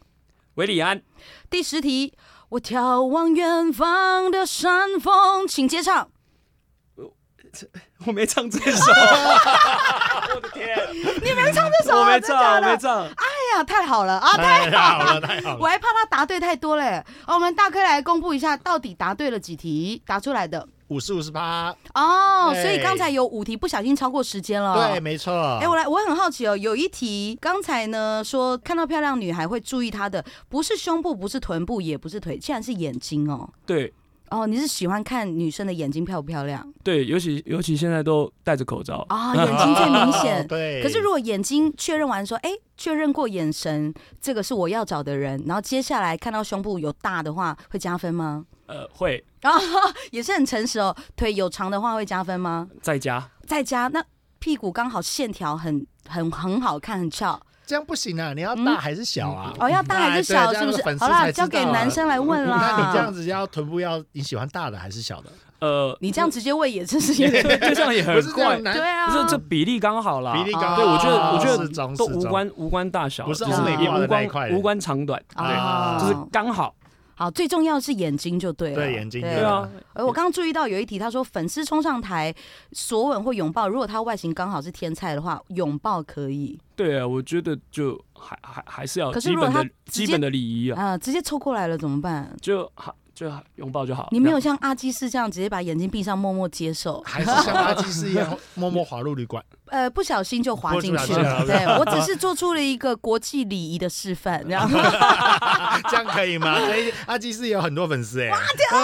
Speaker 2: 维里安，
Speaker 1: 第十题，我眺望远方的山峰，请接唱。
Speaker 2: 我没唱这首， 我的天，
Speaker 1: 你没唱这首、啊，
Speaker 2: 我没
Speaker 1: 真假
Speaker 2: 唱，我
Speaker 1: 的
Speaker 2: 没唱，
Speaker 1: 哎呀，太好了啊！
Speaker 3: 太好了，哎太好
Speaker 1: 我
Speaker 3: 了。
Speaker 1: 还怕他答对太多嘞。哦好，我们大哥来公布一下，到底答对了几题？答出来的
Speaker 3: 五十五十八，
Speaker 1: 哦，
Speaker 3: 对
Speaker 1: 所以刚才有五题不小心超过时间了。
Speaker 3: 对，。没错。
Speaker 1: 哎、我来，我很好奇哦。有一题，刚才呢说看到漂亮女孩会注意她的，不是胸部，不是臀部，也不是腿，竟然是眼睛哦。
Speaker 2: 对
Speaker 1: 哦，你是喜欢看女生的眼睛漂不漂 亮
Speaker 2: 对，尤其尤其现在都戴着口罩，
Speaker 1: 啊、眼睛最明
Speaker 3: 哦
Speaker 1: 显。
Speaker 3: 对，
Speaker 1: 可是如果眼睛确认完说，哎、确认过眼神，这个是我要找的人，然后接下来看到胸部有大的话，会加分吗？
Speaker 2: 呃，会
Speaker 1: 啊， 也是很诚实哦。腿有长的话会加分吗？
Speaker 2: 在家，
Speaker 1: 再加那屁股刚好线条很很很好看，很翘。
Speaker 3: 这样不行啊，你要
Speaker 1: 嗯
Speaker 3: 大还是小啊？
Speaker 1: 哦，要大还是小？
Speaker 3: 哎对
Speaker 1: 是不
Speaker 3: 这样
Speaker 1: 是？
Speaker 3: 粉丝
Speaker 1: 好啦，
Speaker 3: 才知道
Speaker 1: 交
Speaker 3: 啊
Speaker 1: 给男生来问啦。
Speaker 3: 那你这样，子要臀部要你喜欢大的还是小的？
Speaker 2: 呃，
Speaker 1: 你这样直接问也真是有 点
Speaker 2: 这样也很
Speaker 3: 不是这
Speaker 2: 怪
Speaker 3: 样，，
Speaker 1: 对
Speaker 3: 男
Speaker 1: 啊。
Speaker 2: 不是这比例刚好啦，
Speaker 3: 比例高。
Speaker 2: 对我觉得我觉得
Speaker 3: 适中
Speaker 2: 都
Speaker 3: 适
Speaker 2: 无
Speaker 3: 中
Speaker 2: 关无关大小，啊
Speaker 3: 不是
Speaker 2: 就
Speaker 1: 欧
Speaker 2: 是
Speaker 1: 美
Speaker 2: 也
Speaker 1: 挂
Speaker 3: 的
Speaker 2: 无
Speaker 3: 那一块
Speaker 2: 关
Speaker 3: 的
Speaker 2: 无关长短，
Speaker 1: 啊，
Speaker 2: 就是刚好，
Speaker 1: 好，最重要的是眼睛就对了。
Speaker 3: 对眼睛
Speaker 2: 对啊，
Speaker 1: 而我刚刚注意到有一题，他说粉丝冲上台索吻或拥抱，如果他外形刚好是天菜的话，拥抱可以
Speaker 2: 对啊，我觉得就还还还是要
Speaker 1: 可是
Speaker 2: 基
Speaker 1: 如果
Speaker 2: 本
Speaker 1: 他
Speaker 2: 的
Speaker 1: 直接
Speaker 2: 基本的礼仪啊，
Speaker 1: 啊、直接凑过来了怎么办？
Speaker 2: 就好就好拥抱就好。
Speaker 1: 你没
Speaker 2: 这
Speaker 1: 有
Speaker 2: 样
Speaker 1: 像阿基斯这样直接把眼睛闭上，默默接受，
Speaker 3: 还是像垃圾是 一样默默滑入旅馆。
Speaker 1: 呃，不小心就滑进
Speaker 3: 不
Speaker 1: 去
Speaker 3: 小心
Speaker 1: 了。
Speaker 3: 啊
Speaker 1: 对我只是做出了一个国际礼仪的示范，这样
Speaker 3: 这样可以吗？哎，阿基斯也有很多粉丝哎，哇，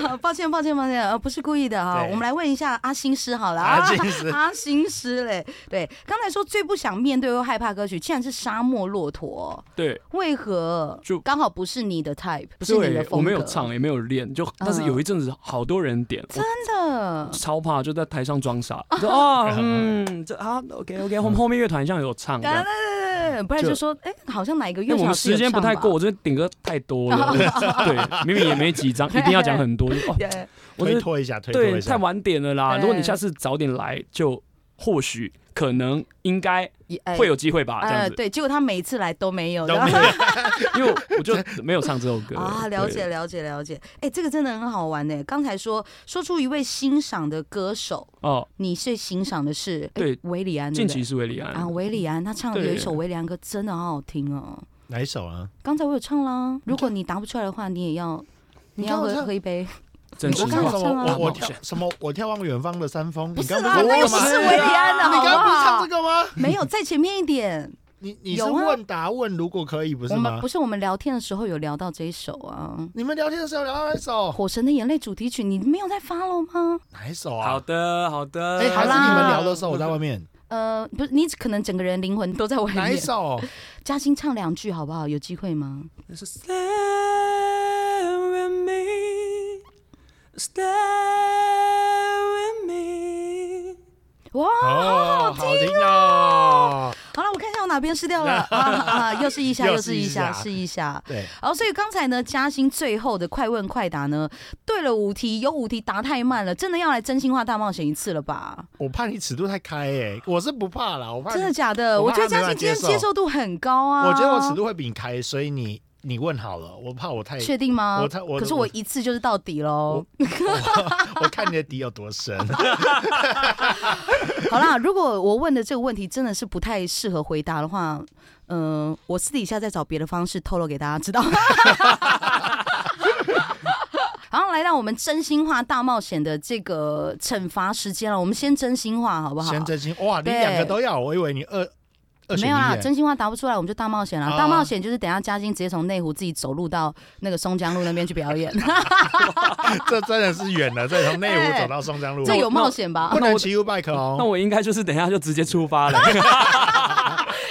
Speaker 1: 啊，抱歉，抱歉，抱歉，呃，不是故意的啊。
Speaker 3: 对
Speaker 1: 我们来问一下阿星师好了，
Speaker 3: 阿
Speaker 1: 啊
Speaker 3: 基斯
Speaker 1: 阿星师嘞，对，刚才说最不想面对又害怕歌曲，竟然是《沙漠骆驼
Speaker 2: 对》，
Speaker 1: 为何
Speaker 2: 就
Speaker 1: 刚好不是你的 type，不是你的
Speaker 2: 对，
Speaker 1: 风格？嗯
Speaker 2: 我没有唱，也没有练，就但是有一阵子好多人点，我
Speaker 1: 真的哦
Speaker 2: 超怕，就在台上装傻，说 啊嗯，这啊 OK OK，我们后面乐团像有唱这
Speaker 1: 对
Speaker 2: 样，
Speaker 1: 对对对，不然
Speaker 2: 就
Speaker 1: 就说，哎、好像哪一个
Speaker 2: 因为
Speaker 1: 乐
Speaker 2: 我
Speaker 1: 手
Speaker 2: 们
Speaker 1: 是有
Speaker 2: 时间不太
Speaker 1: 唱吧
Speaker 2: 够，我。这点歌太多 了，对，明明也没几张，一定要讲很多，就哦，
Speaker 1: 对
Speaker 2: 我
Speaker 3: 推
Speaker 2: 这
Speaker 3: 脱一下，推脱
Speaker 2: 对
Speaker 3: 一
Speaker 2: 太
Speaker 3: 下。
Speaker 2: 晚点了啦。如果你
Speaker 1: 对
Speaker 2: 下次早点来，就或许可能应该
Speaker 1: 也哎
Speaker 2: 会有机会吧，这样
Speaker 1: 呃，
Speaker 2: 子，
Speaker 1: 对，结果他每一次来都没有，
Speaker 3: 都
Speaker 1: 然后
Speaker 3: 没 有
Speaker 2: 因为我我就没有唱这首歌
Speaker 1: 啊，了解了解了解，哎、这个真的很好玩呢。刚才说说出一位欣赏的歌手，
Speaker 2: 哦。
Speaker 1: 你最欣赏的是哎
Speaker 2: 对
Speaker 1: 维里安，对
Speaker 2: 近
Speaker 1: 不对
Speaker 2: 期是维里安
Speaker 1: 啊，维里安他唱的
Speaker 2: 对
Speaker 1: 有一首维里安歌真的好好听哦。
Speaker 3: 哪一首啊？
Speaker 1: 刚才我有唱啦，如果你答不出来的话，你也要你要喝喝一杯，
Speaker 2: 真是
Speaker 3: 我
Speaker 1: 我刚
Speaker 3: 刚
Speaker 1: 刚
Speaker 3: 刚
Speaker 1: 有
Speaker 3: 什
Speaker 1: 唱
Speaker 3: 么？
Speaker 1: 啊
Speaker 3: 我我跳什么？我眺望远方的山峰。
Speaker 1: 不
Speaker 3: 你
Speaker 1: 是
Speaker 3: 刚
Speaker 1: 啦，
Speaker 3: 不
Speaker 1: 那
Speaker 3: 是
Speaker 1: 个
Speaker 3: 我
Speaker 1: 不
Speaker 3: 吗
Speaker 1: 是维里安的，
Speaker 3: 你
Speaker 1: 好
Speaker 3: 刚刚不是唱这
Speaker 1: 不好？
Speaker 3: 个吗？
Speaker 1: 没有，再前面一点。
Speaker 3: 你你是
Speaker 1: 有啊
Speaker 3: 问答问，如果可以， 不是
Speaker 1: 我们
Speaker 3: 吗
Speaker 1: 不？是我们聊天的时候有聊到这一首啊，
Speaker 3: 你们聊天的时候聊到哪一
Speaker 1: 《
Speaker 3: 首？
Speaker 1: 火神的眼泪》主题曲，你没有在 follow 吗？
Speaker 3: 哪一首
Speaker 2: 好
Speaker 3: 啊？
Speaker 2: 的好的，
Speaker 3: 哎，还是
Speaker 1: 好啦
Speaker 3: 你们聊的时候我在外面。
Speaker 1: 呃，不是，你可能整个人灵魂都在外
Speaker 3: 哪一
Speaker 1: 面。
Speaker 3: 首？
Speaker 1: 嘉欣唱两句好不好？有机会吗？
Speaker 2: 是 Stare at me, stare at me。
Speaker 1: 哇，
Speaker 3: 哦，好听哦。
Speaker 1: 好了，我看一下我哪边失掉 了啊啊！又试一下，
Speaker 3: 又
Speaker 1: 又试一
Speaker 3: 试一
Speaker 1: 下，
Speaker 3: 下
Speaker 1: 试一下。
Speaker 3: 对，
Speaker 1: 好，所以刚才呢，嘉欣最后的快问快答呢，对了五题，有五题答太慢了，真的要来真心话大冒险一次了吧？
Speaker 3: 我怕你尺度太开哎，我是不怕啦，我怕你
Speaker 1: 真的假的？
Speaker 3: 我
Speaker 1: 我
Speaker 3: 怕
Speaker 1: 觉得
Speaker 3: 他没
Speaker 1: 嘉
Speaker 3: 办
Speaker 1: 欣
Speaker 3: 法
Speaker 1: 今天
Speaker 3: 接受
Speaker 1: 接受度很高啊。
Speaker 3: 我觉得我尺度会比你开，所以你你问好了，我怕我太
Speaker 1: 确定吗
Speaker 3: 我？太我
Speaker 1: 可是我一次就是到底喽。
Speaker 3: 我我看你的底有多深，
Speaker 1: 好啦，如果我问的这个问题真的是不太适合回答的话，嗯、我私底下再找别的方式透露给大家知道。 好，来到我们真心话大冒险的这个惩罚时间了。我们先真心话好不好？
Speaker 3: 先真心哇，你
Speaker 1: 对
Speaker 3: 两个都要，我以为你二二选
Speaker 1: 没
Speaker 3: 一
Speaker 1: 有啦，
Speaker 3: 耶，
Speaker 1: 真心话答不出来，我们就大冒险啦。
Speaker 3: 哦
Speaker 1: 大冒险就是等一下嘉欣直接从内湖自己走路到那个松江路那边去表演，
Speaker 3: 这真的是远了，这里从内湖
Speaker 1: 哎
Speaker 3: 走到松江路，
Speaker 1: 这有冒险吧
Speaker 3: 不？
Speaker 2: 那
Speaker 3: 能
Speaker 2: 我
Speaker 3: 骑 U bike
Speaker 2: 那
Speaker 3: 哦。
Speaker 2: 我应该就是等一下就直接出 发了。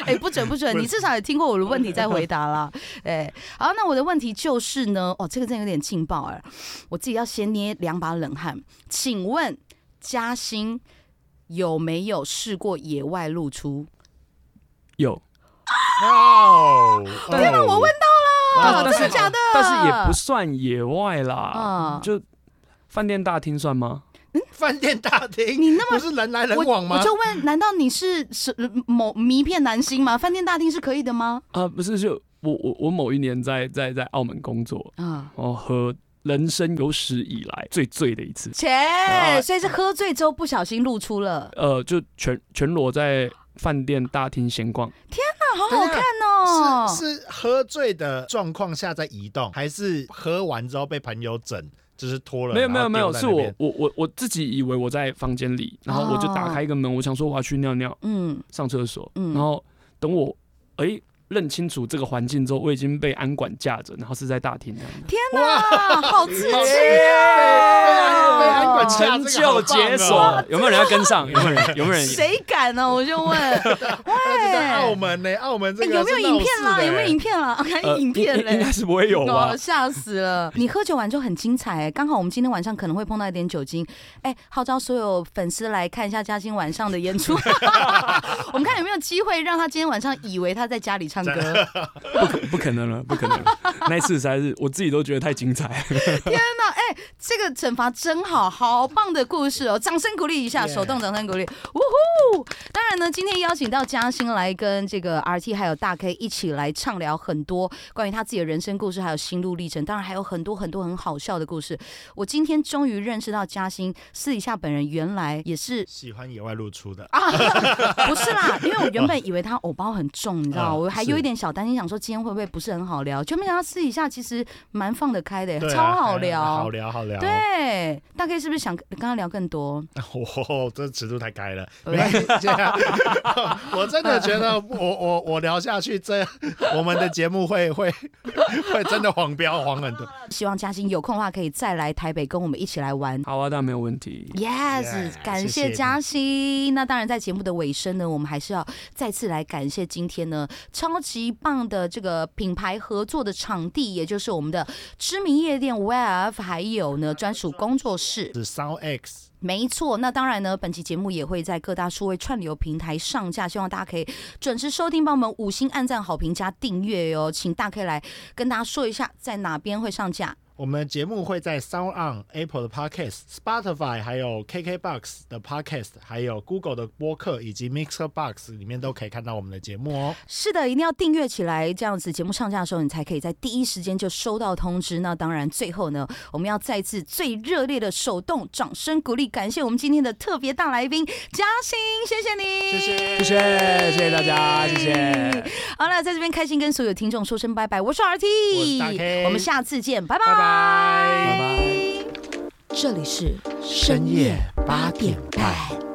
Speaker 1: 哎、不准不准，你至少也听过我的问题再回答啦。 哎、好，那我的问题就是呢，哦，这个真的有点劲爆哎、我自己要先捏两把冷汗。请问嘉欣有没有试过野外露出？
Speaker 2: 有，
Speaker 3: 哦，
Speaker 1: 天哪，我问到了，
Speaker 3: 啊但
Speaker 1: 真
Speaker 3: 是
Speaker 1: 的假的？
Speaker 2: 但是也不算野外啦，
Speaker 1: 啊
Speaker 2: 就饭店大厅算吗？
Speaker 3: 饭店大厅，
Speaker 1: 你那么
Speaker 3: 不是人来人
Speaker 1: 我
Speaker 3: 往吗
Speaker 1: 我？就问，难道你是呃是某迷片男星吗？饭店大厅是可以的吗？
Speaker 2: 啊、不是，就我我我某一年在在在澳门工作，
Speaker 1: 啊，
Speaker 2: 然后喝人生有史以来最醉的一次，
Speaker 1: 切，所以是喝醉之后不小心露出了，
Speaker 2: 呃，就全全裸在饭店大厅闲逛，
Speaker 1: 啊，好好看哦！
Speaker 3: 是是喝醉的状况下在移动，还是喝完之后被朋友整，就是拖了？
Speaker 2: 没有没有
Speaker 3: 然后
Speaker 2: 没有，
Speaker 3: 丢在
Speaker 2: 是
Speaker 3: 那
Speaker 2: 我
Speaker 3: 边
Speaker 2: 我我我自己以为我在房间里，然后我就打开一个门，我想说我要去尿尿
Speaker 1: 嗯
Speaker 2: 上厕所，
Speaker 1: 哦嗯
Speaker 2: 然后等我哎、认清楚这个环境之后，我已经被安管架着，然后是在大厅这样子
Speaker 1: 天哪，好刺 激
Speaker 3: 好刺激
Speaker 1: 哦！
Speaker 3: 被被安管架
Speaker 2: 成就解锁，有没有人要跟上？有没有人？有没有人？
Speaker 1: 谁敢呢？我就问，
Speaker 3: 但是哎在
Speaker 1: 喂
Speaker 3: 澳，门呢、澳门这
Speaker 1: 哎
Speaker 3: 个、
Speaker 1: 有没有影片啦？有没
Speaker 3: 欸
Speaker 1: 有影？片啦？我看
Speaker 2: 呃
Speaker 1: 影片
Speaker 2: 应应应
Speaker 1: 嘞
Speaker 2: 该。是不会有吧
Speaker 1: 哦，？吓死了！你喝酒完就很精彩、欸刚好我们今天晚上可能会碰到一点酒精，哎、号召所有粉丝来看一下嘉欣晚上的演出， 我们看有没有机会让他今天晚上以为他在家里唱歌。天
Speaker 2: 不可不可能 了，不可能了！那一次实在是我自己都觉得太精彩了。
Speaker 1: 哪，哎、这个惩罚真好，好棒的故事哦！掌声鼓励一下
Speaker 3: Yeah
Speaker 1: 手动掌声鼓励，呜呼！当然呢，今天邀请到嘉欣来跟这个 RT 还有大 K 一起来畅聊很多关于他自己的人生故事，还有心路历程，当然还有很多很多很好笑的故事。我今天终于认识到嘉欣私底下本人原来也 是
Speaker 3: 喜欢野外露出的，
Speaker 1: 啊，不是啦，因为我原本以为他偶包很重，你知道，
Speaker 3: 嗯
Speaker 1: 我还有
Speaker 3: 是
Speaker 1: 一点小担心，想说今天会不会不是很好聊，就没想到私底下其实蛮放得开的耶，
Speaker 3: 对啊
Speaker 1: 超好
Speaker 3: 哎好
Speaker 1: 聊。
Speaker 3: 聊，好聊。
Speaker 1: 对，大 K 是不是想跟他聊更多？
Speaker 3: 哦，这尺度太开了，
Speaker 1: 对
Speaker 3: 没关系。这样我真的觉得我，我我聊下去，这我们的节目会会会真的黄标黄很多。
Speaker 1: 希望嘉欣有空的话可以再来台北跟我们一起来玩。
Speaker 2: 好啊，当然没有问题。
Speaker 1: Yes，,
Speaker 3: Yeah，
Speaker 1: 感
Speaker 3: 谢谢
Speaker 1: 谢
Speaker 3: 你
Speaker 1: 嘉欣。那当然，在节目的尾声呢，我们还是要再次来感谢今天呢超级棒的这个品牌合作的场地，也就是我们的知名夜店 WF，还有呢专属工作室。
Speaker 3: 是 Sound X，
Speaker 1: 没错，那当然呢，本期节目也会在各大数位串流平台上架，希望大家可以准时收听，帮我们五星按赞、好评加订阅哟。请大 K 来跟大家说一下，在哪边会上架。
Speaker 3: 我们的节目会在 Sound On、Apple 的 Podcast、Spotify、还有 KKBox 的 Podcast、还有 Google 的播客以及 Mixer Box 里面都可以看到我们的节目哦。
Speaker 1: 是的，一定要订阅起来，这样子节目上架的时候，你才可以在第一时间就收到通知。那当然，最后呢，我们要再次最热烈的手动掌声鼓励，感谢我们今天的特别大来宾嘉欣，谢谢你，
Speaker 3: 谢谢。
Speaker 2: 谢谢，谢谢大家，谢 谢。
Speaker 1: 好了，在这边开心跟所有听众说声拜拜，我是 RT，
Speaker 3: 我是大 K
Speaker 1: 我们下次见，拜拜，
Speaker 3: 拜拜
Speaker 2: 拜拜。
Speaker 1: 这里是
Speaker 3: 深夜八点半。